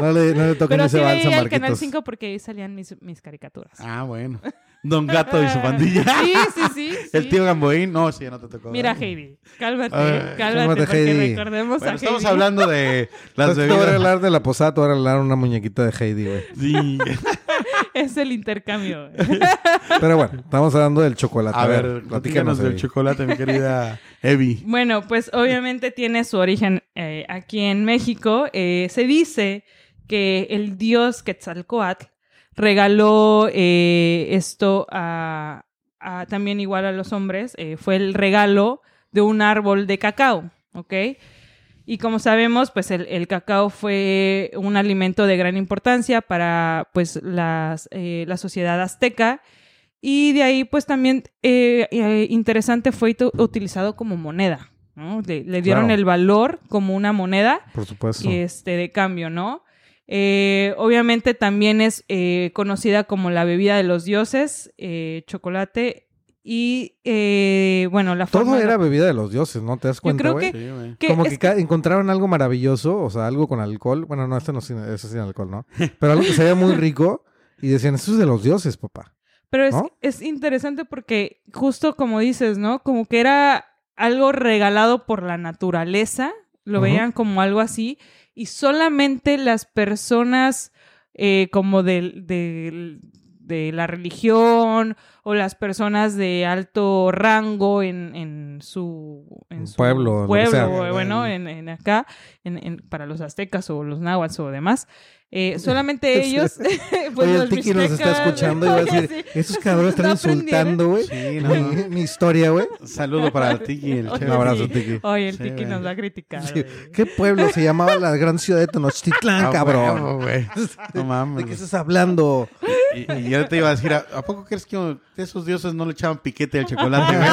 Speaker 1: No le, no le toquen
Speaker 2: pero sí
Speaker 1: ese balsa,
Speaker 2: veía al Canal
Speaker 1: Marquitos.
Speaker 2: 5 porque ahí salían mis, mis caricaturas. Ah,
Speaker 3: Ah, bueno. Don Gato Ah, y su pandilla.
Speaker 2: Sí, sí, sí. sí.
Speaker 3: El tío Gamboín. No, sí, ya no te tocó.
Speaker 2: Mira,
Speaker 3: ¿verdad?
Speaker 2: Heidi, cálmate,
Speaker 3: Ah,
Speaker 2: cálmate,
Speaker 1: cálmate,
Speaker 2: porque
Speaker 1: Heidi.
Speaker 2: recordemos
Speaker 3: Bueno,
Speaker 2: a
Speaker 3: estamos
Speaker 2: Heidi.
Speaker 3: hablando de las
Speaker 1: Entonces, te voy a
Speaker 3: bebidas.
Speaker 1: regalar de la posada, te voy a regalar una muñequita de Heidi, güey.
Speaker 3: Sí.
Speaker 2: Es el intercambio, güey.
Speaker 1: Pero bueno, estamos hablando del chocolate.
Speaker 3: A ver, platícanos del
Speaker 1: Evi.
Speaker 3: chocolate, mi querida Evi.
Speaker 2: Bueno, pues obviamente tiene su origen eh, aquí en México. Eh, se dice que el dios Quetzalcoatl regaló eh, esto a, a- también igual a los hombres. eh, fue el regalo de un árbol de cacao, ¿ok? Y como sabemos, pues el, el cacao fue un alimento de gran importancia para pues las, eh, la sociedad azteca. Y de ahí, pues también eh, eh, interesante fue tu- utilizado como moneda. ¿no? Le, le dieron
Speaker 1: Claro.
Speaker 2: el valor como una moneda
Speaker 1: Por supuesto.
Speaker 2: y este, de cambio, ¿no? Eh, obviamente también es eh, conocida como la bebida de los dioses, eh, chocolate. Y eh, bueno, la
Speaker 1: Todo
Speaker 2: forma-
Speaker 1: era bebida de los dioses, ¿no? ¿Te das cuenta,
Speaker 2: creo
Speaker 1: güey?
Speaker 2: que-
Speaker 3: Sí, güey.
Speaker 2: que
Speaker 1: Como que,
Speaker 2: es-
Speaker 1: ca- encontraron algo maravilloso, o sea, algo con alcohol. Bueno, no, este no es sin, ese es sin alcohol, ¿no? Pero algo que se ve muy rico y decían, eso es de los dioses, papá.
Speaker 2: Pero es,
Speaker 1: ¿no?
Speaker 2: es interesante porque justo como dices, ¿no? Como que era algo regalado por la naturaleza, lo
Speaker 1: Ujú.
Speaker 2: veían como algo así, y solamente las personas eh, como del- del- de la religión o las personas de alto rango en, en su, en
Speaker 1: Un
Speaker 2: su
Speaker 1: pueblo, lo que
Speaker 2: pueblo,
Speaker 1: sea.
Speaker 2: o, bueno, en, en acá, en- en- para los aztecas o los náhuatl o demás. eh, solamente ellos... pues,
Speaker 1: Oye,
Speaker 2: los
Speaker 1: el Tiki nos está
Speaker 2: mixtecas,
Speaker 1: escuchando y va a
Speaker 2: oye,
Speaker 1: decir,
Speaker 2: sí.
Speaker 1: esos cabrones están
Speaker 2: No aprendieron.
Speaker 1: insultando, güey.
Speaker 3: Sí, no, no.
Speaker 1: Mi, mi historia, güey.
Speaker 3: Saludo para el Tiki. El
Speaker 2: Oye,
Speaker 1: Un
Speaker 3: chef.
Speaker 1: abrazo,
Speaker 2: sí.
Speaker 1: Tiki.
Speaker 2: Oye, el
Speaker 3: Sí,
Speaker 2: Tiki
Speaker 3: güey.
Speaker 2: nos va a criticar.
Speaker 1: Sí.
Speaker 2: güey.
Speaker 1: ¿Qué pueblo se llamaba la gran ciudad de Tenochtitlán,
Speaker 3: Ah,
Speaker 1: cabrón?
Speaker 3: huevo, güey. No
Speaker 1: ¿De qué
Speaker 3: mames.
Speaker 1: estás hablando?
Speaker 3: Y, y yo te iba a decir, ¿a, a poco crees que esos dioses no le echaban piquete al chocolate? güey?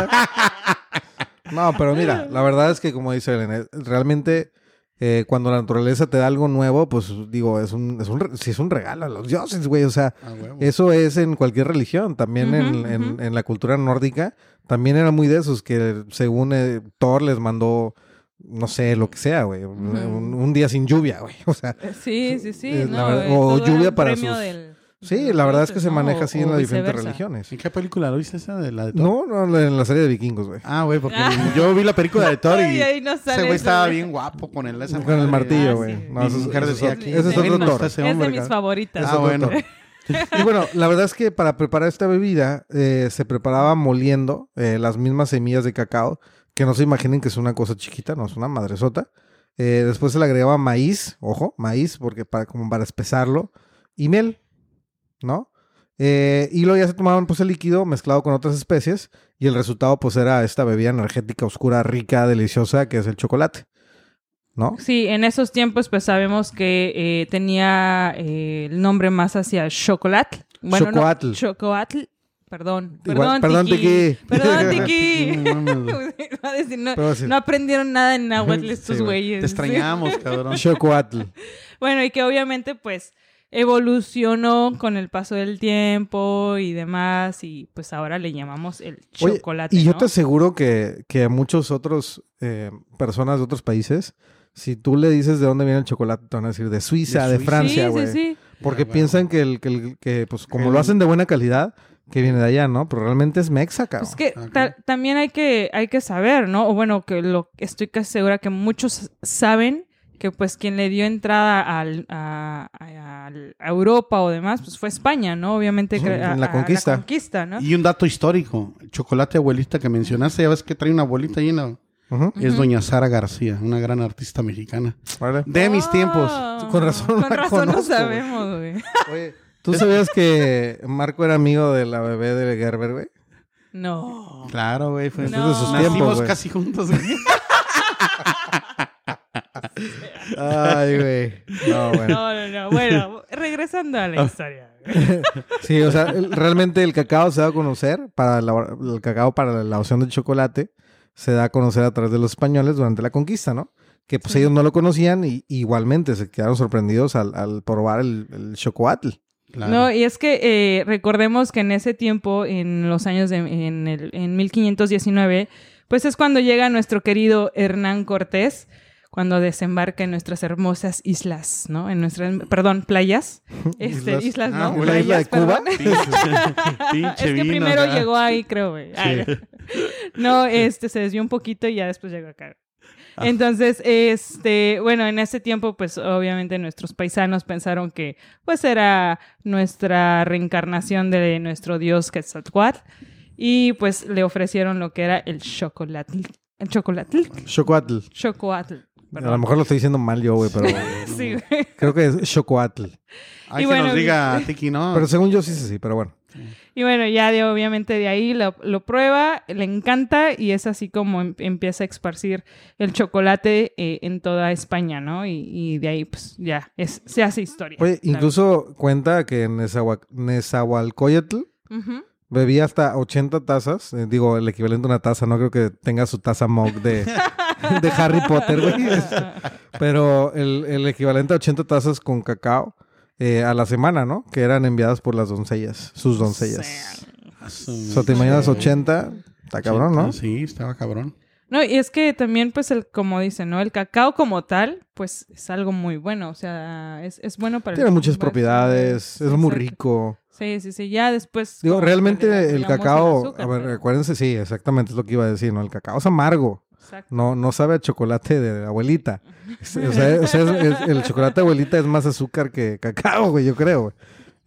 Speaker 1: No, pero mira, la verdad es que como dice Belén, eh, realmente eh, cuando la naturaleza te da algo nuevo, pues digo, es un, es un, re- sí es un regalo a los dioses, güey. O sea,
Speaker 3: Ah, huevo.
Speaker 1: eso es en cualquier religión, también en,
Speaker 2: Ujú,
Speaker 1: en-
Speaker 2: ujú.
Speaker 1: en la cultura nórdica, también era muy de esos que según eh, Thor les mandó, no sé, lo que sea, güey, un,
Speaker 2: Ujú.
Speaker 1: un- un día sin lluvia, güey. O sea,
Speaker 2: Eh, Sí, sí, sí.
Speaker 1: Eh, la
Speaker 2: no,
Speaker 1: verdad-
Speaker 2: eh,
Speaker 1: o
Speaker 2: todo era
Speaker 1: lluvia
Speaker 2: un
Speaker 1: para
Speaker 2: premio
Speaker 1: sus-
Speaker 2: del-
Speaker 1: sí,
Speaker 2: del
Speaker 1: la verdad es que
Speaker 2: dioses,
Speaker 1: se
Speaker 2: ¿no?
Speaker 1: maneja
Speaker 2: O-
Speaker 1: así en
Speaker 2: o
Speaker 1: las diferentes
Speaker 2: viceversa.
Speaker 1: religiones.
Speaker 3: ¿En qué película lo viste esa de la de Thor?
Speaker 1: No, no, en la serie de vikingos, güey.
Speaker 3: Ah, güey, porque yo vi la película de Thor
Speaker 2: Ay,
Speaker 3: y
Speaker 2: ahí no sale
Speaker 3: ese güey
Speaker 2: ese
Speaker 3: estaba
Speaker 2: güey.
Speaker 3: bien guapo con el, esa
Speaker 1: Con el
Speaker 3: madre.
Speaker 1: martillo,
Speaker 2: Ah,
Speaker 1: güey.
Speaker 2: sí.
Speaker 1: No,
Speaker 3: Mi
Speaker 1: eso es-
Speaker 3: mujer
Speaker 1: eso es
Speaker 3: decía
Speaker 1: otro-
Speaker 3: aquí,
Speaker 1: ese es
Speaker 3: "Ven,
Speaker 1: otro
Speaker 3: no
Speaker 1: Thor.
Speaker 3: está ese
Speaker 2: Es de
Speaker 3: hombre,
Speaker 2: mis
Speaker 3: cabrón".
Speaker 2: favoritas.
Speaker 3: Ah, bueno.
Speaker 1: Y bueno, la verdad es que para preparar esta bebida eh, se preparaba moliendo eh, las mismas semillas de cacao, que no se imaginen que es una cosa chiquita, no es una madresota. Eh, después se le agregaba maíz, ojo, maíz, porque para, como para espesarlo, y miel, ¿no? Eh, y luego ya se tomaban pues el líquido mezclado con otras especies Y el resultado, pues, era esta bebida energética oscura, rica, deliciosa, que es el chocolate. ¿No?
Speaker 2: Sí, en esos tiempos pues sabemos que eh, tenía eh, el nombre más hacia chocolate. Bueno,
Speaker 1: Chocoatl.
Speaker 2: No, chocoatl. Perdón.
Speaker 1: Igual-
Speaker 2: Perdón,
Speaker 1: perdón,
Speaker 2: Tiki.
Speaker 1: Tiki.
Speaker 2: Perdón, Tiki.
Speaker 3: No mames.
Speaker 2: Va a decir, no,
Speaker 1: Pero sí.
Speaker 2: no aprendieron nada en náhuatl estos
Speaker 1: Sí, güey.
Speaker 2: güeyes.
Speaker 3: Te extrañamos, cabrón.
Speaker 1: Chocoatl.
Speaker 2: Bueno, y que obviamente pues evolucionó con el paso del tiempo y demás y pues ahora le llamamos el
Speaker 1: Oye,
Speaker 2: chocolate.
Speaker 1: y yo
Speaker 2: ¿no?
Speaker 1: te aseguro que, que a muchos otros eh, personas de otros países, si tú le dices de dónde viene el chocolate, te van a decir de Suiza, de,
Speaker 3: Suiza.
Speaker 1: Francia, güey.
Speaker 2: sí, sí, sí.
Speaker 1: Porque
Speaker 3: Ah, bueno.
Speaker 1: piensan que, el, que, el- que, pues, como
Speaker 3: El-
Speaker 1: lo hacen de buena calidad, que viene de allá, ¿no? Pero realmente es mexa, cabrón.
Speaker 2: Pues que
Speaker 3: Ah, ok.
Speaker 2: ta- también hay que, hay que saber, ¿no? O bueno, que lo estoy casi segura que muchos saben que pues quien le dio entrada al, a, a- al- a Europa o demás, pues fue España, ¿no? Obviamente
Speaker 1: Sí,
Speaker 2: que-
Speaker 1: en
Speaker 2: a-
Speaker 1: la
Speaker 2: a-
Speaker 1: conquista.
Speaker 2: conquista, ¿no?
Speaker 3: Y un dato histórico, el chocolate abuelita que mencionaste, ya ves que trae una abuelita llena.
Speaker 1: Ujú,
Speaker 3: Es doña Sara García, una gran artista mexicana.
Speaker 1: órale.
Speaker 3: De mis
Speaker 2: Oh.
Speaker 3: tiempos.
Speaker 1: Con razón no
Speaker 2: Con
Speaker 1: la
Speaker 2: razón no
Speaker 1: conozco, güey.
Speaker 2: sabemos, güey.
Speaker 1: Oye, ¿tú sabías que Marco era amigo de la bebé de Gerber, güey?
Speaker 2: No.
Speaker 3: Claro, güey. Fue
Speaker 2: Oh. No.
Speaker 3: de sus
Speaker 1: Nacimos
Speaker 3: tiempos,
Speaker 1: güey.
Speaker 3: casi juntos, güey.
Speaker 1: Ay, güey. No, bueno.
Speaker 2: No, no, no. Bueno, regresando a la historia. güey.
Speaker 1: Sí, o sea, el- realmente el cacao se da a conocer, para la- el cacao para la elaboración del chocolate se da a conocer a través de los españoles durante la conquista, ¿no? Que pues
Speaker 2: Sí.
Speaker 1: ellos no lo conocían y igualmente se quedaron sorprendidos al, al probar el, el chocoatl.
Speaker 3: Claro.
Speaker 2: No, y es que eh, recordemos que en ese tiempo, en los años de en, el, en 1519, pues es cuando llega nuestro querido Hernán Cortés, cuando desembarca en nuestras hermosas islas, ¿no? En nuestras, perdón, playas. Este, islas,
Speaker 1: Islas.
Speaker 3: Ah,
Speaker 2: ¿no?
Speaker 3: güey,
Speaker 1: ¿La isla de
Speaker 2: Playas,
Speaker 1: Cuba?
Speaker 2: perdón.
Speaker 3: Pinche
Speaker 2: es que
Speaker 3: vino,
Speaker 2: primero
Speaker 3: ya.
Speaker 2: llegó ahí, creo, güey. Ay,
Speaker 3: Sí.
Speaker 2: No, este, se desvió un poquito y ya después llegó acá.
Speaker 3: Ah.
Speaker 2: Entonces, este, bueno, en ese tiempo, pues obviamente nuestros paisanos pensaron que pues era nuestra reencarnación de nuestro dios Quetzalcoatl y pues le ofrecieron lo que era el chocolatl. El chocolatl.
Speaker 1: Chocoatl.
Speaker 2: Chocoatl.
Speaker 1: A lo
Speaker 2: perdón.
Speaker 1: mejor lo estoy diciendo mal yo, güey, pero
Speaker 2: Sí, güey.
Speaker 1: creo que es chocoatl.
Speaker 3: Ay, que
Speaker 2: Y bueno,
Speaker 3: nos diga Tiki, ¿no?
Speaker 1: Pero según yo sí es así, pero bueno.
Speaker 2: Y bueno, ya de- obviamente de ahí lo, lo prueba, le encanta y es así como em- empieza a esparcir el chocolate eh, en toda España, ¿no? Y, y de ahí pues ya es, se hace historia.
Speaker 1: Oye, incluso cuenta que en Nezahuac- Nezahualcóyotl
Speaker 2: Ujú.
Speaker 1: Bebía hasta 80 tazas, eh, digo, el equivalente a una taza, no creo que tenga su taza mug de, de Harry Potter, güey. Pero el, el equivalente a 80 tazas con cacao eh, a la semana, ¿no? Que eran enviadas por las doncellas, sus doncellas.
Speaker 3: Ah,
Speaker 1: O
Speaker 3: su-
Speaker 1: sea, te imaginas
Speaker 3: Sí.
Speaker 1: 80, está cabrón, ¿no?
Speaker 3: Sí, estaba cabrón.
Speaker 2: No, y es que también pues el, como dicen, ¿no? El cacao como tal pues es algo muy bueno, o sea, es, es bueno para... el-
Speaker 1: Tiene muchas
Speaker 2: para-
Speaker 1: propiedades, es muy
Speaker 2: Exacto.
Speaker 1: rico.
Speaker 2: Sí, sí, sí, ya después...
Speaker 1: Digo,
Speaker 2: como
Speaker 1: realmente el
Speaker 2: digamos,
Speaker 1: cacao,
Speaker 2: azúcar,
Speaker 1: a ver, eh,
Speaker 2: pero-
Speaker 1: acuérdense, sí, exactamente es lo que iba a decir, ¿no? El cacao es amargo.
Speaker 2: Exacto.
Speaker 1: No, no sabe a chocolate de la abuelita. Es- O sea, o sea, es- es- el chocolate de abuelita es más azúcar que cacao, güey, yo creo. güey.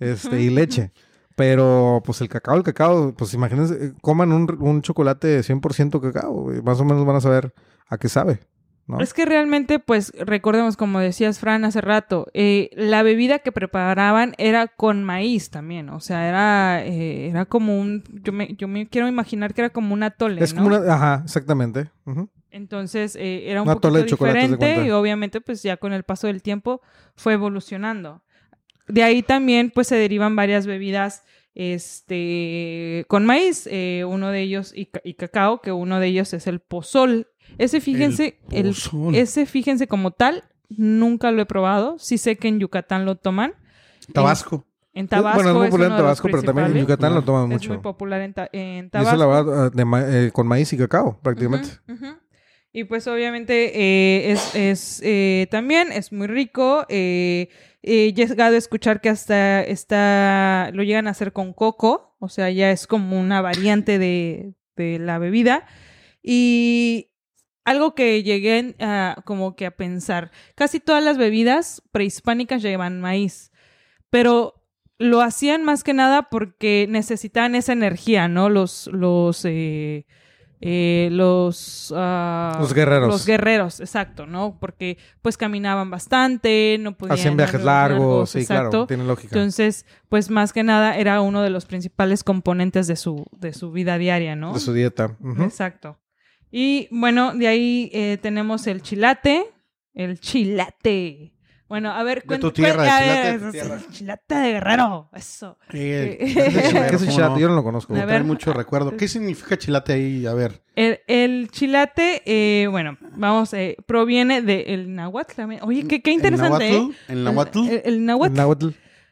Speaker 1: Este, y leche. Pero, pues el cacao, el cacao, pues imagínense, eh, coman un, un chocolate de 100% cacao, güey, más o menos van a saber a qué sabe. ¿no?
Speaker 2: Es que realmente, pues, recordemos, como decías, Fran, hace rato, eh, la bebida que preparaban era con maíz también. O sea, era, eh, era como un... Yo me, yo me quiero imaginar que era como un atole,
Speaker 1: Es
Speaker 2: ¿no?
Speaker 1: como una. Ajá, exactamente. Ujú.
Speaker 2: Entonces, eh, era un
Speaker 1: Un
Speaker 2: poquito
Speaker 1: atole de chocolate, haz de
Speaker 2: diferente
Speaker 1: cuenta.
Speaker 2: y obviamente, pues, ya con el paso del tiempo fue evolucionando. De ahí también, pues, se derivan varias bebidas este, con maíz. eh, uno de ellos, y, ca- y cacao, que uno de ellos es el pozol. Ese, fíjense, el,
Speaker 3: pozol.
Speaker 2: ese, fíjense, como tal, nunca lo he probado. Sí sé que en Yucatán lo toman.
Speaker 3: Tabasco.
Speaker 2: En Tabasco
Speaker 1: bueno, es muy
Speaker 2: es
Speaker 1: popular en Tabasco, pero
Speaker 2: pero
Speaker 1: también en Yucatán lo toman
Speaker 2: Es
Speaker 1: mucho.
Speaker 2: muy popular en, Ta- en
Speaker 1: Y eso,
Speaker 2: Tabasco.
Speaker 1: la verdad, eh, de ma- eh, con maíz y cacao, prácticamente.
Speaker 2: Ujú, ujú. Y pues obviamente eh, es, es, eh, también es muy rico. eh, eh, ya he llegado a escuchar que hasta está, lo llegan a hacer con coco, o sea, ya es como una variante de, de la bebida. Y algo que llegué a- como que a pensar, casi todas las bebidas prehispánicas llevan maíz, pero lo hacían más que nada porque necesitaban esa energía, ¿no? Los, los, eh, eh, los... ah,
Speaker 1: Los guerreros.
Speaker 2: Los guerreros, exacto, ¿no? Porque pues caminaban bastante, no podían...
Speaker 1: Hacían viajes largos, sí, claro, tiene lógica.
Speaker 2: Entonces, pues más que nada era uno de los principales componentes de su, de su vida diaria, ¿no?
Speaker 1: de su dieta. Ujú.
Speaker 2: Exacto. Y bueno, de ahí eh, tenemos el chilate. El chilate. Bueno, a ver,
Speaker 3: De
Speaker 2: cuen-
Speaker 3: tu tierra,
Speaker 2: cuen- a
Speaker 3: de
Speaker 2: ver,
Speaker 3: chilate de tu
Speaker 2: eso-
Speaker 3: tierra.
Speaker 2: chilate de guerrero. Eso.
Speaker 3: Eh,
Speaker 2: Eh,
Speaker 3: es de Chilate,
Speaker 1: ¿Qué es el
Speaker 3: ¿cómo
Speaker 1: chilate?
Speaker 3: no?
Speaker 1: Yo no lo conozco.
Speaker 2: A
Speaker 3: Me
Speaker 2: ver.
Speaker 3: trae mucho recuerdo. ¿Qué significa chilate ahí? A ver.
Speaker 2: El, el chilate, eh, bueno, vamos, eh, proviene del náhuatl. también. Oye, qué, qué interesante,
Speaker 3: ¿En
Speaker 2: ¿eh?
Speaker 3: Nahuatl? ¿En Nahuatl?
Speaker 2: El, el náhuatl,
Speaker 1: Náhuatl.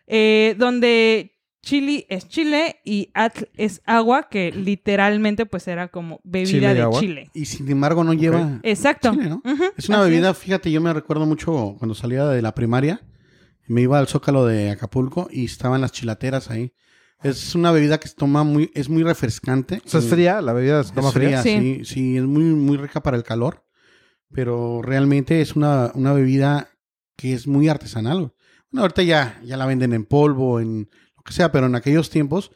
Speaker 2: eh, donde chili es chile y atl es agua, que literalmente pues era como
Speaker 1: Chile
Speaker 2: bebida
Speaker 1: y
Speaker 2: de
Speaker 1: agua.
Speaker 2: chile.
Speaker 3: Y sin embargo no lleva...
Speaker 2: Exacto.
Speaker 3: Chile, ¿no?
Speaker 2: Ujú,
Speaker 3: Es una
Speaker 2: Eh, así
Speaker 3: bebida, fíjate, yo me recuerdo mucho cuando salía de la primaria, me iba al Zócalo de Acapulco y estaban las chilateras ahí. Es una bebida que se toma muy, es muy refrescante.
Speaker 1: O sea, es
Speaker 3: Y-
Speaker 1: fría, la bebida se
Speaker 3: es
Speaker 1: toma fría.
Speaker 3: fría, sí.
Speaker 2: Sí.
Speaker 3: sí, es muy, muy rica para el calor, pero realmente es una, una bebida que es muy artesanal. Bueno, ahorita ya, ya la venden en polvo, en lo que sea, pero en aquellos tiempos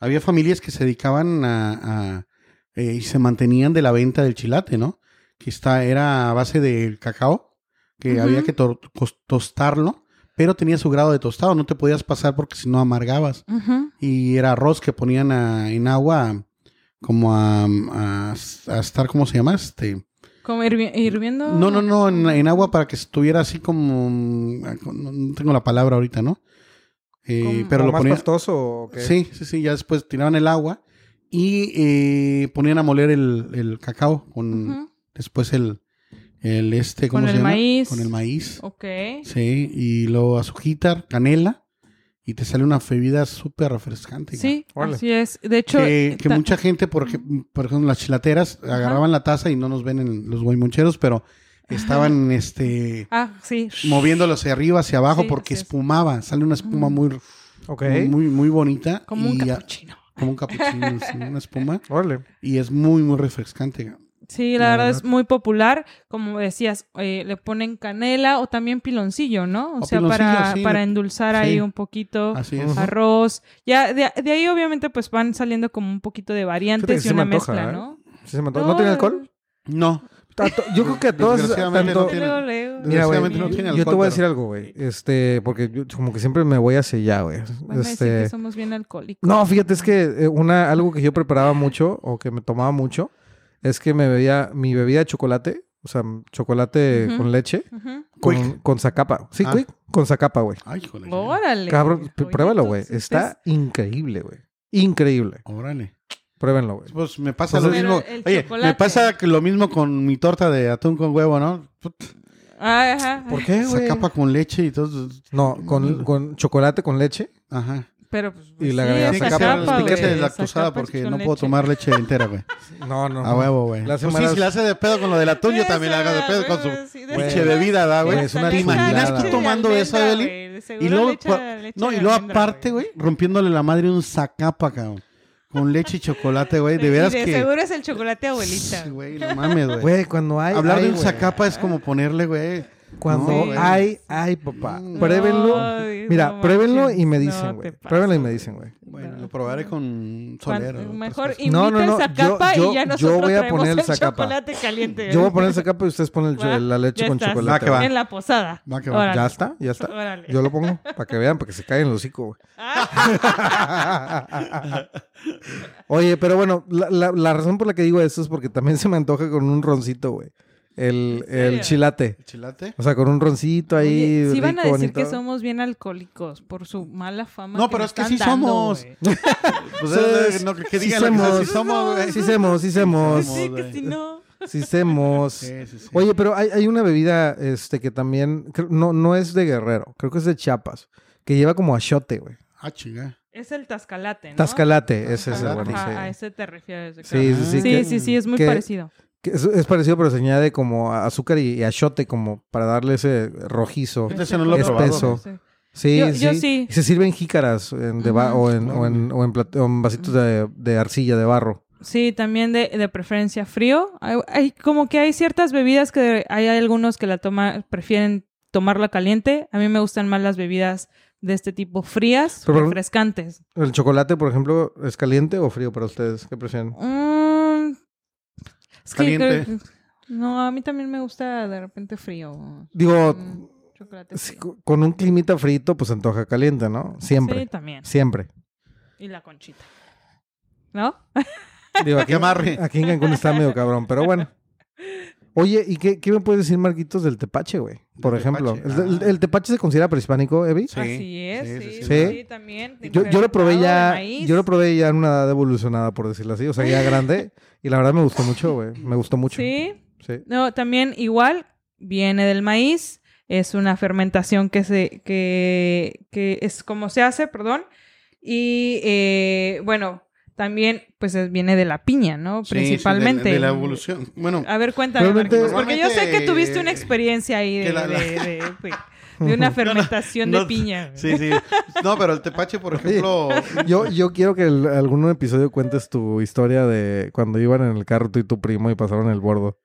Speaker 3: había familias que se dedicaban a, a, eh, y se mantenían de la venta del chilate, ¿no? Que está, era a base del cacao, que
Speaker 2: Ujú.
Speaker 3: había que tor- cos- tostarlo, pero tenía su grado de tostado, no te podías pasar porque si no amargabas
Speaker 2: Ujú.
Speaker 3: y era arroz que ponían a- en agua como a, a- a estar, ¿cómo se llama? Este,
Speaker 2: ¿Como hirvi- hirviendo?
Speaker 3: no, no, no, en, en agua para que estuviera así como, mm, no no tengo la palabra ahorita, ¿no? Eh,
Speaker 2: Como-
Speaker 3: pero
Speaker 1: ¿O
Speaker 3: lo
Speaker 1: más
Speaker 3: ponían,
Speaker 1: pastoso o qué?
Speaker 3: sí, sí, sí, ya después tiraban el agua y eh, ponían a moler el, el cacao con
Speaker 1: Mm.
Speaker 2: Ujú.
Speaker 3: después el, el este, ¿cómo
Speaker 2: Con
Speaker 3: se
Speaker 2: el
Speaker 3: llama?
Speaker 2: maíz.
Speaker 3: Con el maíz.
Speaker 2: Ok.
Speaker 3: Sí, y luego azuquitar, canela y te sale una bebida súper refrescante. cara.
Speaker 2: Sí,
Speaker 1: Órale.
Speaker 2: así es. De hecho, eh,
Speaker 3: que, que
Speaker 2: ta-
Speaker 3: mucha gente, por, ej- por ejemplo, las chilateras agarraban la taza y no nos ven en los guaymoncheros, pero estaban este
Speaker 2: Ah, sí.
Speaker 3: moviéndolo hacia arriba, hacia abajo,
Speaker 2: Sí, así
Speaker 3: porque
Speaker 2: es. Mm.
Speaker 3: espumaba, sale una espuma muy,
Speaker 1: Ok.
Speaker 3: muy, muy bonita.
Speaker 2: Como un
Speaker 3: y a-
Speaker 2: capuchino.
Speaker 3: Como un capuchino, sí, una espuma.
Speaker 1: Órale.
Speaker 3: Y es muy, muy refrescante.
Speaker 2: Sí, la,
Speaker 3: La
Speaker 2: verdad,
Speaker 3: verdad.
Speaker 2: es muy popular. Como decías, eh, le ponen canela o también piloncillo, ¿no? O,
Speaker 3: O
Speaker 2: sea, para,
Speaker 3: piloncillo, sí,
Speaker 2: para
Speaker 3: le-
Speaker 2: endulzar
Speaker 3: sí.
Speaker 2: ahí un poquito.
Speaker 3: Así es.
Speaker 1: Ujú.
Speaker 2: Arroz. Ya de, de ahí, obviamente, pues van saliendo como un poquito de variantes
Speaker 1: sí
Speaker 2: y
Speaker 1: se me
Speaker 2: una
Speaker 1: antoja,
Speaker 2: mezcla,
Speaker 1: ¿eh?
Speaker 2: ¿no?
Speaker 1: Sí, se me antoja. ¿No tiene alcohol?
Speaker 3: No,
Speaker 1: A to- Yo creo que a todos.
Speaker 3: Desgraciadamente no
Speaker 1: tanto-
Speaker 3: tiene.
Speaker 2: Luego, luego.
Speaker 1: Mira, güey,
Speaker 3: Desgraciadamente no tiene
Speaker 1: yo te
Speaker 3: alcohol,
Speaker 1: voy a
Speaker 3: pero-
Speaker 1: decir algo, güey. Este, porque yo como que siempre me voy hacia allá, güey.
Speaker 2: Van a decir
Speaker 1: Este,
Speaker 2: que somos bien alcohólicos.
Speaker 1: no, fíjate, es que eh, una, algo que yo preparaba mucho o que me tomaba mucho es que me bebía mi bebida de chocolate, o sea, chocolate
Speaker 2: Ujú.
Speaker 1: con leche,
Speaker 2: Ujú.
Speaker 1: con,
Speaker 3: Quick.
Speaker 1: con zacapa. Sí,
Speaker 3: Ah.
Speaker 1: quick, con zacapa, güey.
Speaker 3: ay, híjole.
Speaker 2: Órale.
Speaker 1: Cabrón, pr-
Speaker 2: Oye,
Speaker 1: pruébalo, güey.
Speaker 2: entonces,
Speaker 1: Está increíble, güey. Increíble.
Speaker 3: Órale.
Speaker 1: Pruébenlo, güey.
Speaker 3: Pues me pasa
Speaker 1: Pero
Speaker 3: lo mismo.
Speaker 2: el
Speaker 3: Oye, me
Speaker 2: chocolate.
Speaker 3: pasa que lo mismo con mi torta de atún con huevo, ¿no? Put,
Speaker 2: Ah, ajá.
Speaker 1: ¿Por qué, güey?
Speaker 3: Zacapa con leche y todo.
Speaker 1: No, con, con chocolate con leche.
Speaker 3: Ajá.
Speaker 2: Pero pues,
Speaker 1: Y la
Speaker 2: sí,
Speaker 1: agregas
Speaker 3: Tiene
Speaker 2: esa
Speaker 3: que
Speaker 1: acá para
Speaker 3: ser
Speaker 2: capa,
Speaker 1: los
Speaker 2: güey,
Speaker 1: piquetes
Speaker 3: despiquete
Speaker 1: de
Speaker 2: esa
Speaker 3: deslactosada
Speaker 2: capa es
Speaker 3: porque
Speaker 2: con
Speaker 3: no puedo
Speaker 2: leche.
Speaker 3: tomar leche entera, güey.
Speaker 1: No, no.
Speaker 3: A huevo, güey.
Speaker 1: Las
Speaker 3: Pues sí,
Speaker 1: semanas-
Speaker 3: si la hace de pedo con lo del atún, yo
Speaker 2: Esa,
Speaker 3: también la hago de pedo con
Speaker 2: güey,
Speaker 3: su
Speaker 2: sí, de
Speaker 3: pinche
Speaker 2: seguro.
Speaker 3: bebida, ¿da, güey.
Speaker 1: Güey, es una
Speaker 3: ¿Te imaginas
Speaker 1: chulada,
Speaker 3: tú
Speaker 1: güey.
Speaker 3: tomando eso, Eli? Y luego, pa- no, y luego aparte, güey, rompiéndole la madre un zacapa, cabrón. Con leche y chocolate, güey. De veras
Speaker 2: de
Speaker 3: que...
Speaker 2: seguro es el chocolate abuelita.
Speaker 3: Sí, Güey, no mames, güey.
Speaker 1: Güey, cuando hay.
Speaker 3: Hablar
Speaker 1: hay,
Speaker 3: de un
Speaker 1: güey.
Speaker 3: zacapa es como ponerle, güey.
Speaker 1: Cuando
Speaker 3: No, güey. Mm.
Speaker 1: hay, hay, papá.
Speaker 3: No,
Speaker 1: Pruébenlo.
Speaker 2: Ay,
Speaker 1: Mira,
Speaker 2: no
Speaker 1: pruébenlo y me
Speaker 2: manches,
Speaker 1: dicen,
Speaker 2: no
Speaker 1: güey.
Speaker 2: te pases,
Speaker 1: pruébenlo y me
Speaker 2: güey.
Speaker 1: dicen, güey.
Speaker 3: Bueno,
Speaker 2: No.
Speaker 3: lo probaré con
Speaker 2: Cuando-
Speaker 3: solero. pues, otras
Speaker 2: Mejor
Speaker 3: cosas.
Speaker 2: invita
Speaker 1: No, no, no,
Speaker 2: esa
Speaker 1: yo-
Speaker 2: capa
Speaker 1: yo-
Speaker 2: y ya
Speaker 1: yo
Speaker 2: nosotros
Speaker 1: voy a
Speaker 2: traemos
Speaker 1: poner
Speaker 2: el
Speaker 1: esa capa.
Speaker 2: chocolate caliente.
Speaker 1: Yo voy a
Speaker 2: güey.
Speaker 1: poner esa capa y ustedes ponen el cho-
Speaker 2: Va,
Speaker 1: la leche
Speaker 2: ya
Speaker 1: con
Speaker 2: estás.
Speaker 1: chocolate.
Speaker 3: Va que va.
Speaker 1: güey.
Speaker 2: en la posada.
Speaker 3: Va que va.
Speaker 2: Órale.
Speaker 1: Ya está, ya está.
Speaker 2: Órale.
Speaker 1: Yo lo pongo para que vean, para que se caigan los hocico, güey. Oye, pero bueno, la, la- la razón por la que digo eso es porque también se me antoja con un roncito, güey. El,
Speaker 2: ¿En serio?
Speaker 1: el chilate.
Speaker 3: ¿El chilate?
Speaker 1: O sea, con un roncito ahí.
Speaker 2: Oye, sí van a
Speaker 1: rico,
Speaker 2: decir que
Speaker 1: bonito.
Speaker 2: somos bien alcohólicos por su mala fama.
Speaker 3: No, pero
Speaker 2: nos
Speaker 3: es que
Speaker 2: están
Speaker 3: sí
Speaker 2: dando,
Speaker 3: somos.
Speaker 2: güey.
Speaker 3: Pues
Speaker 1: Entonces,
Speaker 3: eh, no, que, que
Speaker 1: sí
Speaker 3: digan lo que sea,
Speaker 1: somos.
Speaker 3: sí somos, güey.
Speaker 1: Sí semos, sí semos.
Speaker 2: Sí,
Speaker 3: Somos,
Speaker 2: que si
Speaker 3: güey.
Speaker 2: no.
Speaker 1: Sí semos.
Speaker 3: Sí, sí, sí.
Speaker 1: Oye, pero hay, hay una bebida este, que también creo- no, no es de Guerrero, creo que es de Chiapas, que lleva como achote, güey.
Speaker 3: Ah, chinga.
Speaker 2: Es el tascalate, ¿no?
Speaker 1: Tascalate, ese es el
Speaker 2: Ajá,
Speaker 1: bueno.
Speaker 2: ajá, A
Speaker 1: Sí,
Speaker 2: ese te refieres. creo.
Speaker 1: sí, sí. sí,
Speaker 2: Sí,
Speaker 1: que-
Speaker 2: sí, sí, es muy
Speaker 1: que-
Speaker 2: parecido.
Speaker 1: que es, es parecido, pero se añade como a- azúcar y, y achote, como para darle ese rojizo.
Speaker 3: Fíjate, ese Este no lo he
Speaker 1: Espeso. probado.
Speaker 2: Sí.
Speaker 1: Sí,
Speaker 2: Yo-
Speaker 1: sí.
Speaker 2: yo sí.
Speaker 1: Y se sirve en jícaras en de ba- o, en, o en- o en plat- o en vasitos de, de arcilla, de barro.
Speaker 2: Sí, también de, de preferencia frío. Hay, hay- como que hay ciertas bebidas que hay algunos que la toma, prefieren tomarla caliente. A mí me gustan más las bebidas de este tipo frías,
Speaker 1: Pero-
Speaker 2: refrescantes.
Speaker 1: ¿El chocolate, por ejemplo, es caliente o frío para ustedes? ¿Qué prefieren?
Speaker 2: Mm, Es que
Speaker 3: Caliente.
Speaker 2: creo- no, a mí también me gusta de repente frío.
Speaker 1: Digo,
Speaker 2: Mm, chocolate
Speaker 1: si
Speaker 2: frío.
Speaker 1: co- con un climita frito, pues antoja caliente, ¿no? Siempre.
Speaker 2: Sí, también.
Speaker 1: Siempre.
Speaker 2: Y la conchita. ¿No?
Speaker 1: Digo, aquí,
Speaker 3: Que amarre.
Speaker 1: aquí en Cancún está medio cabrón, pero bueno. Oye, ¿y qué, qué me puedes decir, Marquitos, del tepache, güey? Por
Speaker 3: Del
Speaker 1: ejemplo,
Speaker 3: tepache,
Speaker 1: ¿el, el-
Speaker 3: ah.
Speaker 1: el tepache se considera prehispánico, Evi?
Speaker 3: Sí,
Speaker 2: Así es, sí,
Speaker 3: sí,
Speaker 2: sí,
Speaker 1: sí, sí.
Speaker 2: sí, también.
Speaker 1: Yo, yo lo probé
Speaker 2: fermentado
Speaker 1: ya,
Speaker 2: de maíz.
Speaker 1: yo lo probé ya en una edad evolucionada, por decirlo así, o sea, ya grande, y la verdad me gustó mucho, güey, me gustó mucho.
Speaker 2: Sí,
Speaker 1: Sí.
Speaker 2: no, también igual viene del maíz, es una fermentación que se, que, que es como se hace, perdón, y eh, bueno, también pues es- viene de la piña, ¿no?
Speaker 3: Sí, sí, de-
Speaker 2: Principalmente. Ah.
Speaker 3: de, la evolución. Bueno,
Speaker 2: A ver, cuéntame,
Speaker 1: Realmente-
Speaker 2: Marquitos, porque yo sé que
Speaker 3: Normalmente,
Speaker 2: tuviste una experiencia ahí de,
Speaker 3: que la- la-
Speaker 2: de- de- pues, de- de una fermentación
Speaker 3: no-
Speaker 2: de piña.
Speaker 3: sí, sí. No, pero el tepache, por ejemplo,
Speaker 1: Yo, yo quiero que en algún episodio cuentes tu historia de cuando iban en el carro tú y tu primo y pasaron el bordo.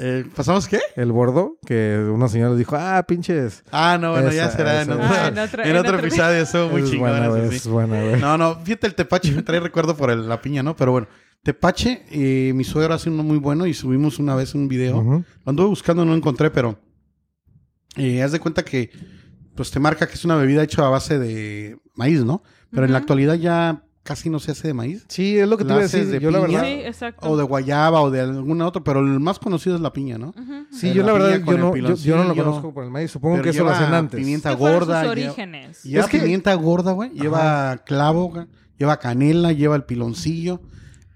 Speaker 3: eh, ¿pasamos qué?
Speaker 1: El bordo, que una señora les dijo, ah, pinches.
Speaker 3: Ah, no, bueno, ya
Speaker 1: Esa,
Speaker 3: será en
Speaker 1: esa.
Speaker 3: otro,
Speaker 2: Ah, en otra-
Speaker 3: en
Speaker 2: en
Speaker 3: otro
Speaker 2: otro-
Speaker 3: episodio. Estuvo muy
Speaker 1: es
Speaker 3: chingón.
Speaker 1: buena,
Speaker 3: eso
Speaker 1: güey,
Speaker 3: sí.
Speaker 1: es buena, güey.
Speaker 3: No, no, fíjate, el tepache me trae recuerdo por el- la piña, ¿no? Pero bueno, tepache, eh, mi suegro hace uno muy bueno y subimos una vez un video.
Speaker 1: Ujú.
Speaker 3: Lo anduve buscando, no lo encontré, pero eh, haz de cuenta que pues te marca que es una bebida hecha a base de maíz, ¿no? Pero en la
Speaker 2: Ujú.
Speaker 3: actualidad ya casi no se hace de maíz.
Speaker 1: Sí, es lo que te iba a
Speaker 3: Clases
Speaker 1: decir.
Speaker 3: de
Speaker 1: Yo la
Speaker 3: piña.
Speaker 1: verdad,
Speaker 2: Sí, exacto.
Speaker 3: O de guayaba o de alguna otra, pero el más conocido es la piña, ¿no?
Speaker 2: Ujú.
Speaker 1: sí,
Speaker 3: de
Speaker 1: yo
Speaker 3: la
Speaker 1: la verdad,
Speaker 3: piña con
Speaker 1: yo
Speaker 3: el
Speaker 1: no, yo, yo no lo
Speaker 3: piloncillo.
Speaker 1: conozco por el maíz. Supongo
Speaker 3: Pero
Speaker 1: que eso lo
Speaker 3: lleva
Speaker 1: hacen antes.
Speaker 3: pimienta
Speaker 2: ¿Qué fueron
Speaker 3: gorda.
Speaker 2: sus
Speaker 3: lleva-
Speaker 2: orígenes?
Speaker 3: Lleva
Speaker 1: Es que-
Speaker 3: pimienta gorda, güey. Lleva clavo, güey, lleva canela, lleva el piloncillo.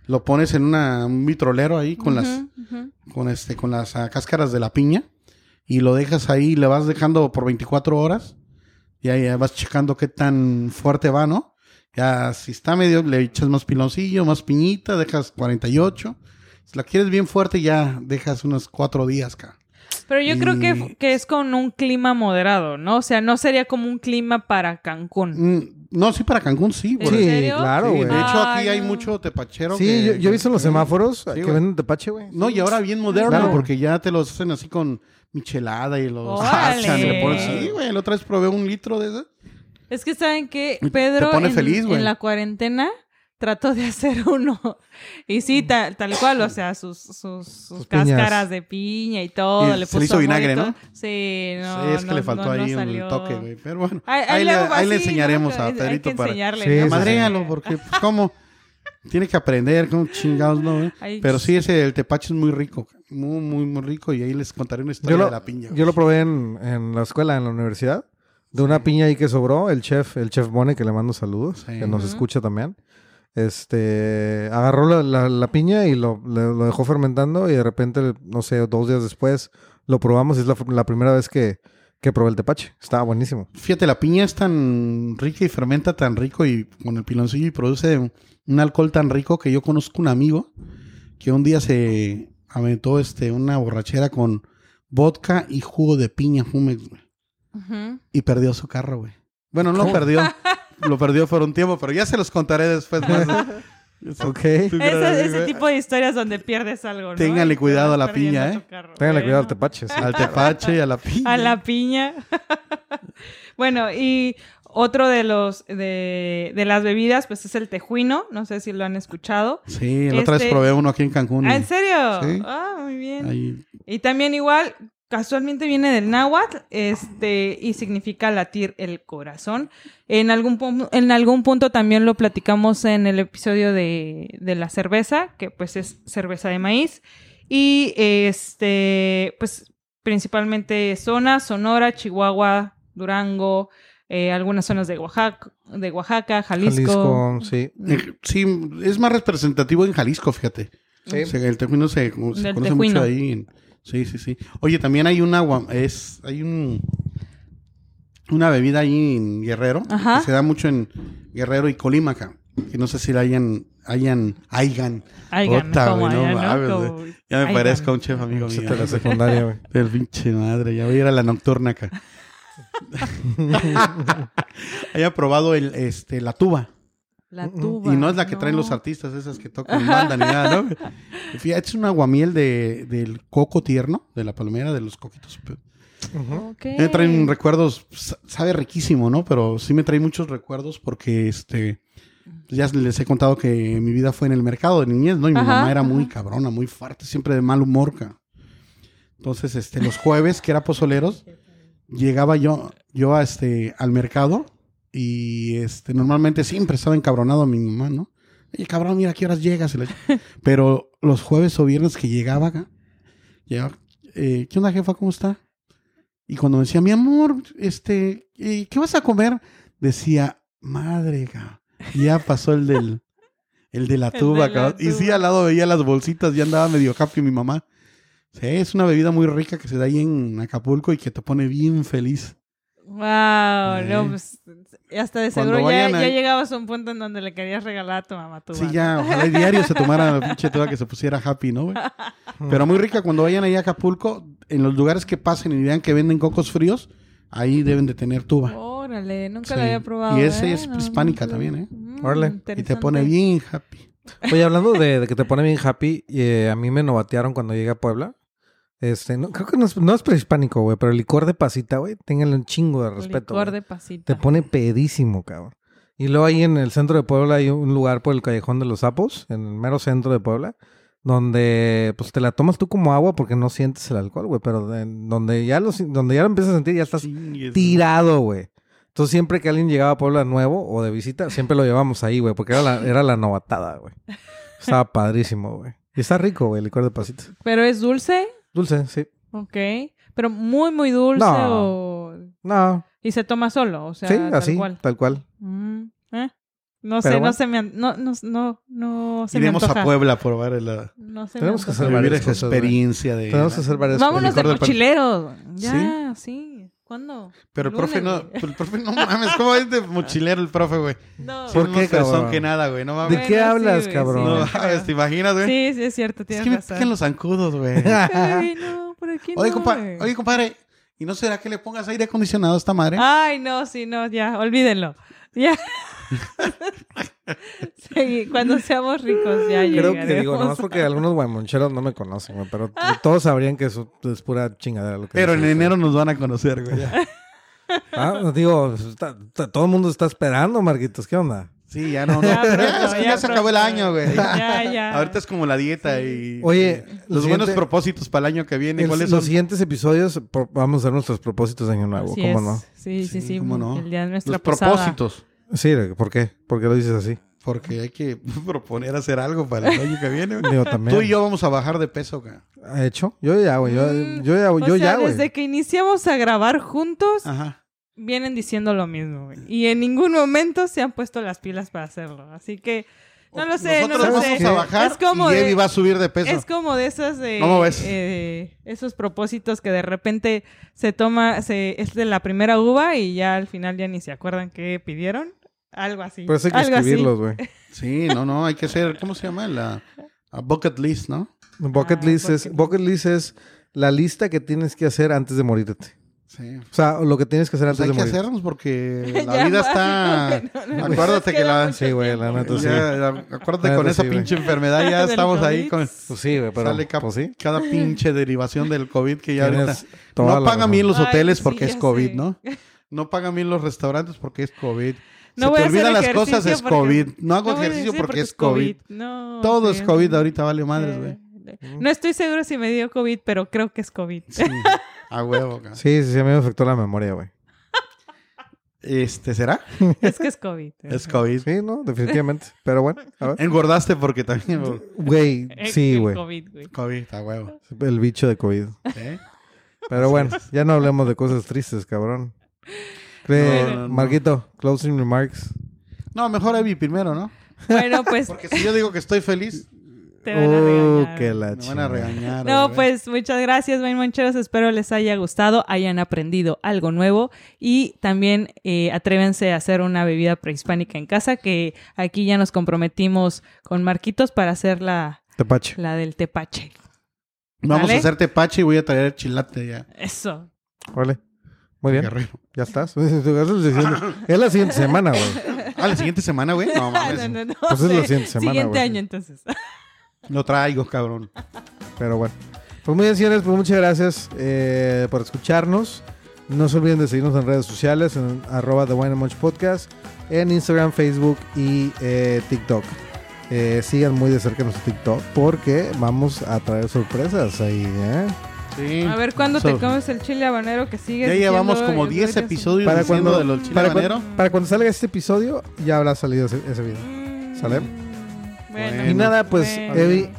Speaker 3: Lo pones en una, un vitrolero ahí con las
Speaker 2: Ujú, ujú.
Speaker 3: con este con las ah, cáscaras de la piña y lo dejas ahí y le vas dejando por 24 horas. Y ahí ya vas checando qué tan fuerte va, ¿no? Ya si está medio le echas más piloncillo, más piñita, dejas 48. Si la quieres bien fuerte ya dejas unos cuatro días, acá.
Speaker 2: Pero yo creo
Speaker 3: Y-
Speaker 2: que, que es con un clima moderado, ¿no? O sea, no sería como un clima para
Speaker 3: Mm.
Speaker 2: Cancún.
Speaker 3: no, sí para Cancún sí, güey.
Speaker 2: ¿En
Speaker 1: Sí,
Speaker 2: serio?
Speaker 1: claro,
Speaker 3: Sí,
Speaker 1: güey.
Speaker 3: de hecho, aquí
Speaker 2: Ay,
Speaker 3: hay
Speaker 2: no.
Speaker 3: mucho tepachero.
Speaker 1: Sí,
Speaker 3: que-
Speaker 1: yo, yo he visto en los
Speaker 3: que-
Speaker 1: semáforos que
Speaker 3: güey.
Speaker 1: venden tepache, güey.
Speaker 3: No, y ahora bien moderno,
Speaker 1: Claro.
Speaker 3: porque ya te los hacen así con michelada y los
Speaker 2: Órale.
Speaker 3: hachan y le ponen- Sí, güey, la otra vez probé un litro de ese.
Speaker 2: Es que saben que
Speaker 3: Te
Speaker 2: Pedro
Speaker 3: pone
Speaker 2: en,
Speaker 3: feliz, güey.
Speaker 2: en la cuarentena trató de hacer uno. Y
Speaker 3: Mm.
Speaker 2: sí, ta- tal cual, o sea, sus, sus, sus
Speaker 1: Sus piñas.
Speaker 2: cáscaras de piña y todo.
Speaker 3: Y
Speaker 2: le
Speaker 3: se le
Speaker 2: puso
Speaker 3: hizo
Speaker 2: amor y
Speaker 3: vinagre,
Speaker 2: todo.
Speaker 3: ¿no?
Speaker 2: Sí, no.
Speaker 3: Sí, es que
Speaker 2: no-
Speaker 3: le faltó
Speaker 2: no- no
Speaker 3: ahí
Speaker 2: salió.
Speaker 3: un toque, güey. Pero bueno,
Speaker 2: Ay,
Speaker 3: ahí, le,
Speaker 2: luego
Speaker 3: ahí le
Speaker 2: así,
Speaker 3: enseñaremos
Speaker 2: ¿no?
Speaker 3: a
Speaker 2: Hay- hay
Speaker 3: Pedrito
Speaker 2: que
Speaker 3: para...
Speaker 2: enseñarle,
Speaker 1: Sí,
Speaker 2: ¿no?
Speaker 1: sí, sí.
Speaker 3: Madréalo, porque pues, cómo tiene que aprender, cómo chingados, ¿no? güey?
Speaker 2: Ay,
Speaker 3: Pero sí, ese, el tepache es muy rico, muy, muy, muy rico. Y ahí les contaré una historia
Speaker 1: Yo lo,
Speaker 3: de la piña.
Speaker 1: yo lo probé en, en la escuela, en la universidad, de una piña ahí que sobró, el chef, el chef Bone, que le mando saludos,
Speaker 3: Sí.
Speaker 1: que nos
Speaker 2: Ujú.
Speaker 1: escucha también. Este, agarró la, la- la piña y lo, le- lo dejó fermentando y de repente, no sé, dos días después lo probamos y es la, la primera vez que, que probé el tepache. Estaba buenísimo.
Speaker 3: Fíjate, la piña es tan rica y fermenta tan rico y con el piloncillo y produce un- un alcohol tan rico que yo conozco un amigo que un día se aventó este, una borrachera con vodka y jugo de piña Jumex, güey.
Speaker 2: Ujú.
Speaker 3: Y perdió su carro, güey. Bueno, no
Speaker 1: ¿Cómo?
Speaker 3: lo perdió. lo perdió por un tiempo, pero ya se los contaré después. más. Eso-
Speaker 1: Ok.
Speaker 3: tú
Speaker 2: Ese-
Speaker 3: crees,
Speaker 2: ese
Speaker 3: güey.
Speaker 2: tipo de historias donde pierdes algo, ¿no?
Speaker 3: eh, Ténganle
Speaker 2: Y te
Speaker 3: cuidado
Speaker 2: vas
Speaker 3: a la piña,
Speaker 2: perdiendo
Speaker 3: ¿eh?
Speaker 2: tu carro.
Speaker 1: Ténganle cuidado al
Speaker 2: Bueno.
Speaker 1: tepache. sí.
Speaker 3: Al tepache y a la piña.
Speaker 2: A la piña. bueno, y otro de los de, de las bebidas, pues es el tejuino. No sé si lo han escuchado.
Speaker 3: Sí, la otra vez
Speaker 2: Este-
Speaker 3: probé uno aquí en Cancún. y
Speaker 2: Ah, ¿En serio?
Speaker 3: Sí.
Speaker 2: Ah, muy bien.
Speaker 3: ahí-
Speaker 2: Y también igual, casualmente viene del náhuatl, este, y significa latir el corazón. En algún, pu- en algún punto también lo platicamos en el episodio de, de la cerveza, que pues es cerveza de maíz. Y este, pues principalmente zonas, Sonora, Chihuahua, Durango, eh, algunas zonas de Oaxaca, de Oaxaca Jalisco.
Speaker 1: Jalisco, sí.
Speaker 3: eh, Sí, es más representativo en Jalisco, fíjate.
Speaker 1: Sí.
Speaker 3: Se- el tejuino se, se conoce
Speaker 2: Del tejuino.
Speaker 3: mucho ahí. en- sí, sí, sí. Oye, también hay un agua, es, hay un una bebida ahí en Guerrero,
Speaker 2: Ajá.
Speaker 3: que se da mucho en Guerrero y Colima acá. Que no sé si la hayan, hayan, hayan.
Speaker 2: Oigan,
Speaker 3: Ota,
Speaker 2: como
Speaker 3: güey, no
Speaker 2: allá, ¿no?
Speaker 3: mames, güey.
Speaker 2: Como-
Speaker 3: Ya me
Speaker 2: Hayan.
Speaker 3: parezco a un chef amigo mío.
Speaker 1: Chiste de la secundaria, güey.
Speaker 3: Del pinche madre, ya voy a ir a la nocturna acá. Haya probado el, este, la tuba.
Speaker 2: La
Speaker 1: Mm, mm.
Speaker 2: tuba.
Speaker 3: Y no es la que traen los artistas, esas que tocan en banda ni nada, ¿no? Fíjate, es un aguamiel de, del coco tierno, de la palmera, de los coquitos.
Speaker 1: Ujú.
Speaker 2: Ok.
Speaker 3: Me traen recuerdos, sa- sabe riquísimo, ¿no? Pero sí me trae muchos recuerdos porque, este, Ya les he contado que mi vida fue en el mercado de niñez, ¿no? Y mi
Speaker 2: Ajá,
Speaker 3: mamá era muy
Speaker 2: ajá.
Speaker 3: cabrona, muy fuerte, siempre de mal humor. ca. Entonces, este, los jueves, que era pozoleros, llegaba yo, yo a este, al mercado y este, normalmente siempre estaba encabronado mi mamá, ¿no? Oye, cabrón, mira a qué horas llegas. y la ch- Pero los jueves o viernes que llegaba acá, llegaba, eh, ¿qué onda, jefa? ¿Cómo está? Y cuando me decía, mi amor, este, ¿y ¿qué vas a comer? Decía, madre, ca, ya pasó el del, el de la
Speaker 2: de
Speaker 3: tuba,
Speaker 2: la
Speaker 3: cabrón. Y sí,
Speaker 2: tuba.
Speaker 3: al lado veía las bolsitas, ya andaba medio happy mi mamá. Sí, es una bebida muy rica que se da ahí en Acapulco y que te pone bien feliz.
Speaker 2: Wow,
Speaker 3: Eh.
Speaker 2: no, pues hasta de
Speaker 3: Cuando
Speaker 2: seguro ya,
Speaker 3: vayan a-
Speaker 2: ya llegabas a un punto en donde le querías regalar a tu mamá tu
Speaker 3: Sí,
Speaker 2: vaso.
Speaker 3: ya, ojalá y diario se tomara la pinche toda que se pusiera happy, ¿no, güey? Pero muy rica cuando vayan ahí a Acapulco, en los lugares que pasen y vean que venden cocos fríos, ahí deben de tener tuba.
Speaker 2: Órale,
Speaker 3: Sí.
Speaker 2: nunca la había probado.
Speaker 3: Y ese
Speaker 2: ¿eh?
Speaker 3: es
Speaker 2: No,
Speaker 3: hispánica
Speaker 2: no, no.
Speaker 3: también, ¿eh?
Speaker 2: Mm,
Speaker 1: Órale.
Speaker 3: Y te pone bien happy.
Speaker 1: Oye, hablando de, de que te pone bien happy, eh, a mí me novatearon cuando llegué a Puebla. Este, no, creo que no es, no es prehispánico, güey, pero el licor de pasita, güey, ténganle un chingo de respeto.
Speaker 2: Licor
Speaker 1: güey.
Speaker 2: de pasita.
Speaker 1: Te pone pedísimo, cabrón. Y luego ahí en el centro de Puebla hay un lugar por el Callejón de los Sapos, en el mero centro de Puebla, donde pues te la tomas tú como agua porque no sientes el alcohol, güey, pero de- donde ya lo, si- donde ya lo empiezas a sentir ya estás tirado, güey. Entonces siempre que alguien llegaba a Puebla nuevo o de visita, siempre lo llevamos ahí, güey, porque era la, era la novatada, güey. Estaba padrísimo, güey. Y está rico, güey, el licor de pasita.
Speaker 2: Pero es dulce,
Speaker 1: Dulce, sí.
Speaker 2: ok. Pero muy, muy dulce
Speaker 1: No.
Speaker 2: o...
Speaker 1: No,
Speaker 2: Y se toma solo, o sea,
Speaker 1: sí,
Speaker 2: tal
Speaker 1: así,
Speaker 2: cual.
Speaker 1: tal cual.
Speaker 2: Mm, ¿eh? No
Speaker 1: Pero
Speaker 2: sé,
Speaker 1: bueno.
Speaker 2: no se me... an- No, no, no, no se
Speaker 3: Iremos
Speaker 2: me
Speaker 3: a
Speaker 2: antoja.
Speaker 3: Puebla a probar la
Speaker 2: No se me
Speaker 1: Tenemos que hacer
Speaker 2: antoja.
Speaker 3: vivir
Speaker 1: varias
Speaker 3: esa
Speaker 1: cosas, güey.
Speaker 3: experiencia de
Speaker 1: Tenemos que hacer varias
Speaker 2: Vámonos
Speaker 3: Licor
Speaker 2: de
Speaker 3: de pan.
Speaker 2: mochilero. Ya, sí. ¿Cuándo?
Speaker 3: Pero el profe no,
Speaker 2: Lunes, güey.
Speaker 3: el profe no mames, ¿cómo es de mochilero el profe, güey?
Speaker 2: No. Ah,
Speaker 1: ¿Por
Speaker 3: ¿Por
Speaker 1: qué,
Speaker 3: qué,
Speaker 1: cabrón?
Speaker 3: que nada, güey, no mames.
Speaker 1: ¿De qué
Speaker 2: Bueno, sí,
Speaker 1: hablas,
Speaker 2: güey, sí.
Speaker 1: cabrón?
Speaker 3: No mames, ¿te imaginas, güey?
Speaker 2: Sí, sí, es cierto,
Speaker 3: es
Speaker 2: tienes
Speaker 3: que me
Speaker 2: razón.
Speaker 3: pican los zancudos, güey.
Speaker 2: Ay, no, ¿por aquí
Speaker 3: Oye,
Speaker 2: no,
Speaker 3: compa- ¿eh?
Speaker 2: güey?
Speaker 3: oye, compadre, ¿y no será que le pongas aire acondicionado a esta madre?
Speaker 2: Ay, no, sí, no, ya, olvídenlo. Ya. Sí, cuando seamos ricos, ya
Speaker 1: Creo
Speaker 2: llegaremos.
Speaker 1: que digo, nomás porque algunos guamoncheros no me conocen, güey, pero t- todos sabrían que eso es pura chingadera lo que
Speaker 3: Pero en
Speaker 1: dices,
Speaker 3: enero nos van a conocer, güey.
Speaker 1: güey. Ah, digo, está- está- todo el mundo está esperando, Marquitos, ¿qué onda?
Speaker 3: Sí, ya no, no.
Speaker 2: Ya
Speaker 3: Ya,
Speaker 2: pronto,
Speaker 3: es que
Speaker 2: ya
Speaker 3: ya se acabó el
Speaker 2: pronto.
Speaker 3: año, güey.
Speaker 2: Ya, ya.
Speaker 3: Ahorita es como la dieta y...
Speaker 1: Oye, lo
Speaker 3: y los buenos
Speaker 1: siguiente-
Speaker 3: propósitos para el año que viene,
Speaker 1: El-
Speaker 3: ¿cuáles son?
Speaker 1: los siguientes episodios pro- vamos a hacer nuestros propósitos de año nuevo,
Speaker 2: Así
Speaker 1: ¿cómo
Speaker 2: es.
Speaker 1: no?
Speaker 2: Sí, sí,
Speaker 3: Sí,
Speaker 2: sí.
Speaker 3: cómo no.
Speaker 2: El día de nuestra
Speaker 3: Los
Speaker 2: posada.
Speaker 3: propósitos.
Speaker 1: Sí, ¿por qué? ¿Por qué lo dices así?
Speaker 3: Porque hay que proponer hacer algo para el año que viene, güey.
Speaker 1: Digo, también.
Speaker 3: Tú y yo vamos a bajar de peso, güey.
Speaker 1: ¿Ha hecho? Yo ya, güey. Yo,
Speaker 2: Mm,
Speaker 1: yo ya,
Speaker 2: O
Speaker 1: güey. Yo
Speaker 2: sea,
Speaker 1: ya, güey.
Speaker 2: desde que iniciamos a grabar juntos,
Speaker 3: Ajá.
Speaker 2: vienen diciendo lo mismo. güey. Y en ningún momento se han puesto las pilas para hacerlo. Así que, no lo sé,
Speaker 3: Nosotros
Speaker 2: no lo
Speaker 1: ¿sabes
Speaker 2: sé.
Speaker 3: vamos a bajar
Speaker 2: Es como
Speaker 3: y
Speaker 2: de-
Speaker 3: Eddie va a subir de peso.
Speaker 2: Es como de esas de eh,
Speaker 3: ¿Cómo ves?
Speaker 2: esos propósitos que de repente se toma, se, es de la primera uva y ya al final ya ni se acuerdan qué pidieron. Algo así.
Speaker 1: Por eso Pues hay que
Speaker 2: algo así.
Speaker 1: escribirlos, güey.
Speaker 3: Sí, no, no, hay que hacer... ¿Cómo se llama? La a bucket list, ¿no?
Speaker 1: Bucket
Speaker 2: Ah,
Speaker 1: list es...
Speaker 2: bucket
Speaker 1: Bucket list es la lista que tienes que hacer antes de morirte.
Speaker 3: Sí.
Speaker 1: O sea, lo que tienes que hacer antes
Speaker 3: Pues hay
Speaker 1: de
Speaker 3: que
Speaker 1: morir.
Speaker 3: hacernos porque
Speaker 2: Ya,
Speaker 3: la vida
Speaker 2: así
Speaker 3: está...
Speaker 2: como que no, no, no,
Speaker 3: Acuérdate
Speaker 2: nos
Speaker 3: que
Speaker 2: queda
Speaker 3: la-
Speaker 2: mucho
Speaker 1: Sí, güey, la
Speaker 2: tiempo.
Speaker 1: neta sí.
Speaker 3: Ya, acuérdate
Speaker 1: Claro,
Speaker 3: con esa
Speaker 1: sí, güey.
Speaker 3: pinche enfermedad, ya
Speaker 2: Del
Speaker 3: estamos ahí
Speaker 2: COVID.
Speaker 3: con...
Speaker 1: Pues sí, güey, pero...
Speaker 3: sale cap-
Speaker 1: pues sí.
Speaker 3: cada pinche derivación del COVID que ya ahorita-
Speaker 1: Tienes toda la
Speaker 3: No pagan
Speaker 1: razón.
Speaker 3: bien los
Speaker 2: Ay,
Speaker 3: hoteles
Speaker 2: sí,
Speaker 3: porque
Speaker 2: ya
Speaker 3: es COVID,
Speaker 2: sé.
Speaker 3: ¿no? No pagan bien los restaurantes porque es COVID. Se
Speaker 2: No voy
Speaker 3: te
Speaker 2: a hacer
Speaker 3: olvidan las cosas,
Speaker 2: ejercicio
Speaker 3: es
Speaker 2: porque-
Speaker 3: COVID. No hago
Speaker 2: No voy a
Speaker 3: ejercicio
Speaker 2: decir
Speaker 3: porque, es COVID.
Speaker 2: No,
Speaker 3: Todo
Speaker 2: sí.
Speaker 3: es COVID ahorita, vale madres,
Speaker 2: Eh,
Speaker 3: güey.
Speaker 2: No estoy seguro si me dio COVID, pero creo que es COVID.
Speaker 3: Sí, a huevo, ca.
Speaker 1: Sí, sí, sí, a mí me afectó la memoria, güey.
Speaker 3: Este, ¿será?
Speaker 2: es que es COVID.
Speaker 3: Es COVID.
Speaker 1: Sí, no, definitivamente. Pero bueno, a ver.
Speaker 3: Engordaste porque también güey,
Speaker 1: Güey,
Speaker 2: Es
Speaker 1: sí,
Speaker 2: el
Speaker 1: güey.
Speaker 2: COVID, güey.
Speaker 3: COVID, a huevo.
Speaker 1: El bicho de COVID.
Speaker 3: ¿eh?
Speaker 1: Pero bueno, ya no hablemos de cosas tristes, cabrón. Creo-
Speaker 3: No, no, no.
Speaker 1: Marquito, closing remarks.
Speaker 3: No, mejor Evi primero, ¿no?
Speaker 2: Bueno, pues
Speaker 3: Porque si yo digo que estoy feliz,
Speaker 2: te van a
Speaker 1: Uh,
Speaker 2: regañar.
Speaker 1: que la
Speaker 3: me van a
Speaker 1: chingada.
Speaker 3: regañar.
Speaker 2: No,
Speaker 3: güey.
Speaker 2: pues muchas gracias, buen Moncheros. Espero les haya gustado, hayan aprendido algo nuevo y también eh, atrévense a hacer una bebida prehispánica en casa, que aquí ya nos comprometimos con Marquitos para hacer la,
Speaker 1: Tepache.
Speaker 2: la del tepache.
Speaker 3: Vamos
Speaker 2: ¿vale?
Speaker 3: a hacerte pache y voy a traer chilate ya.
Speaker 2: Eso.
Speaker 1: Vale. Muy bien,
Speaker 3: Guerrero.
Speaker 1: ya estás. Es la siguiente semana, güey.
Speaker 3: Ah, la siguiente semana, güey. No
Speaker 2: No,
Speaker 3: mames.
Speaker 2: no, no,
Speaker 1: Pues es la
Speaker 2: sí.
Speaker 1: siguiente semana,
Speaker 2: Siguiente
Speaker 1: güey.
Speaker 2: año, entonces.
Speaker 3: Lo traigo, cabrón.
Speaker 1: Pero bueno. Pues muy bien, señores, pues muchas gracias eh, por escucharnos. No se olviden de seguirnos en redes sociales, en arroba The Wine and Munch Podcast, en Instagram, Facebook y eh, TikTok. Eh, sigan muy de cerca nuestro TikTok porque vamos a traer sorpresas ahí. ¿eh?
Speaker 2: Mm.
Speaker 3: Sí.
Speaker 2: A ver cuándo te
Speaker 3: So-
Speaker 2: comes el chile habanero que sigue.
Speaker 3: Ya llevamos como 10 episodios
Speaker 1: Para
Speaker 3: diciendo
Speaker 1: cuando-
Speaker 3: de los chile
Speaker 1: Para, cua-
Speaker 3: habanero.
Speaker 1: para cuando salga este episodio ya habrá salido ese, ese video. ¿Sale?
Speaker 2: Mm, Bueno.
Speaker 1: Y nada, pues,
Speaker 2: bueno.
Speaker 1: Evi,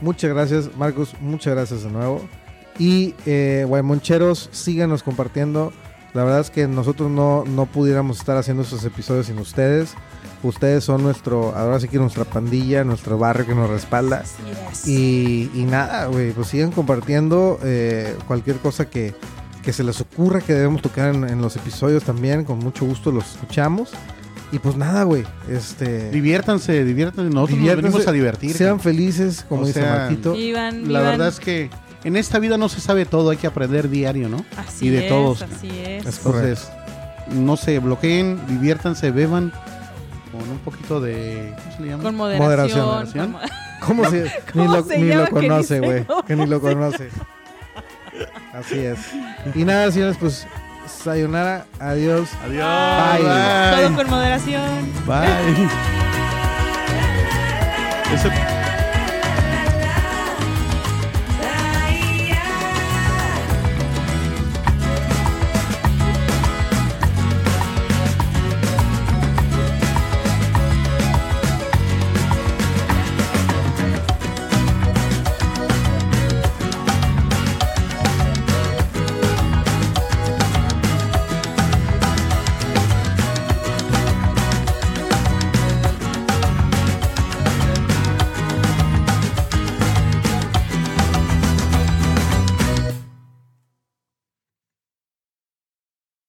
Speaker 1: muchas gracias. Marcos, muchas gracias de nuevo. Y eh, Guaymoncheros, síganos compartiendo. La verdad es que nosotros no, no pudiéramos estar haciendo estos episodios sin ustedes. Ustedes son nuestro, ahora sí que nuestra pandilla, nuestro barrio que nos respalda. Y, y nada, güey, pues sigan compartiendo eh, cualquier cosa que, que se les ocurra que debemos tocar en, en los episodios también. Con mucho gusto los escuchamos. Y pues nada, güey, este...
Speaker 3: Diviértanse, diviértanse. Nosotros
Speaker 1: Diviértanse,
Speaker 3: nos venimos a divertir.
Speaker 1: Sean felices, como
Speaker 3: O
Speaker 1: dice
Speaker 3: sea,
Speaker 1: Marquito.
Speaker 2: Vivan,
Speaker 3: La
Speaker 2: vivan.
Speaker 3: verdad es que en esta vida no se sabe todo, hay que aprender diario, ¿no?
Speaker 2: Así
Speaker 3: y de
Speaker 2: es,
Speaker 3: todos.
Speaker 2: Así es.
Speaker 1: Es correcto.
Speaker 3: Entonces, no se bloqueen, diviértanse, beban con un poquito de. ¿Cómo se le llama?
Speaker 2: Con
Speaker 1: Moderación,
Speaker 2: moderación.
Speaker 3: moderación.
Speaker 2: con mo-
Speaker 1: ¿Cómo se,
Speaker 2: ¿Cómo
Speaker 1: ni lo,
Speaker 2: se
Speaker 1: ni
Speaker 2: llama?
Speaker 1: lo
Speaker 2: Que ni
Speaker 1: conoce,
Speaker 2: sé
Speaker 1: güey.
Speaker 2: cómo
Speaker 1: Que ni lo conoce. Así es. Y nada, señores, pues sayonara, adiós.
Speaker 3: Adiós.
Speaker 2: Todo con moderación.
Speaker 3: Bye. Bye. Eso-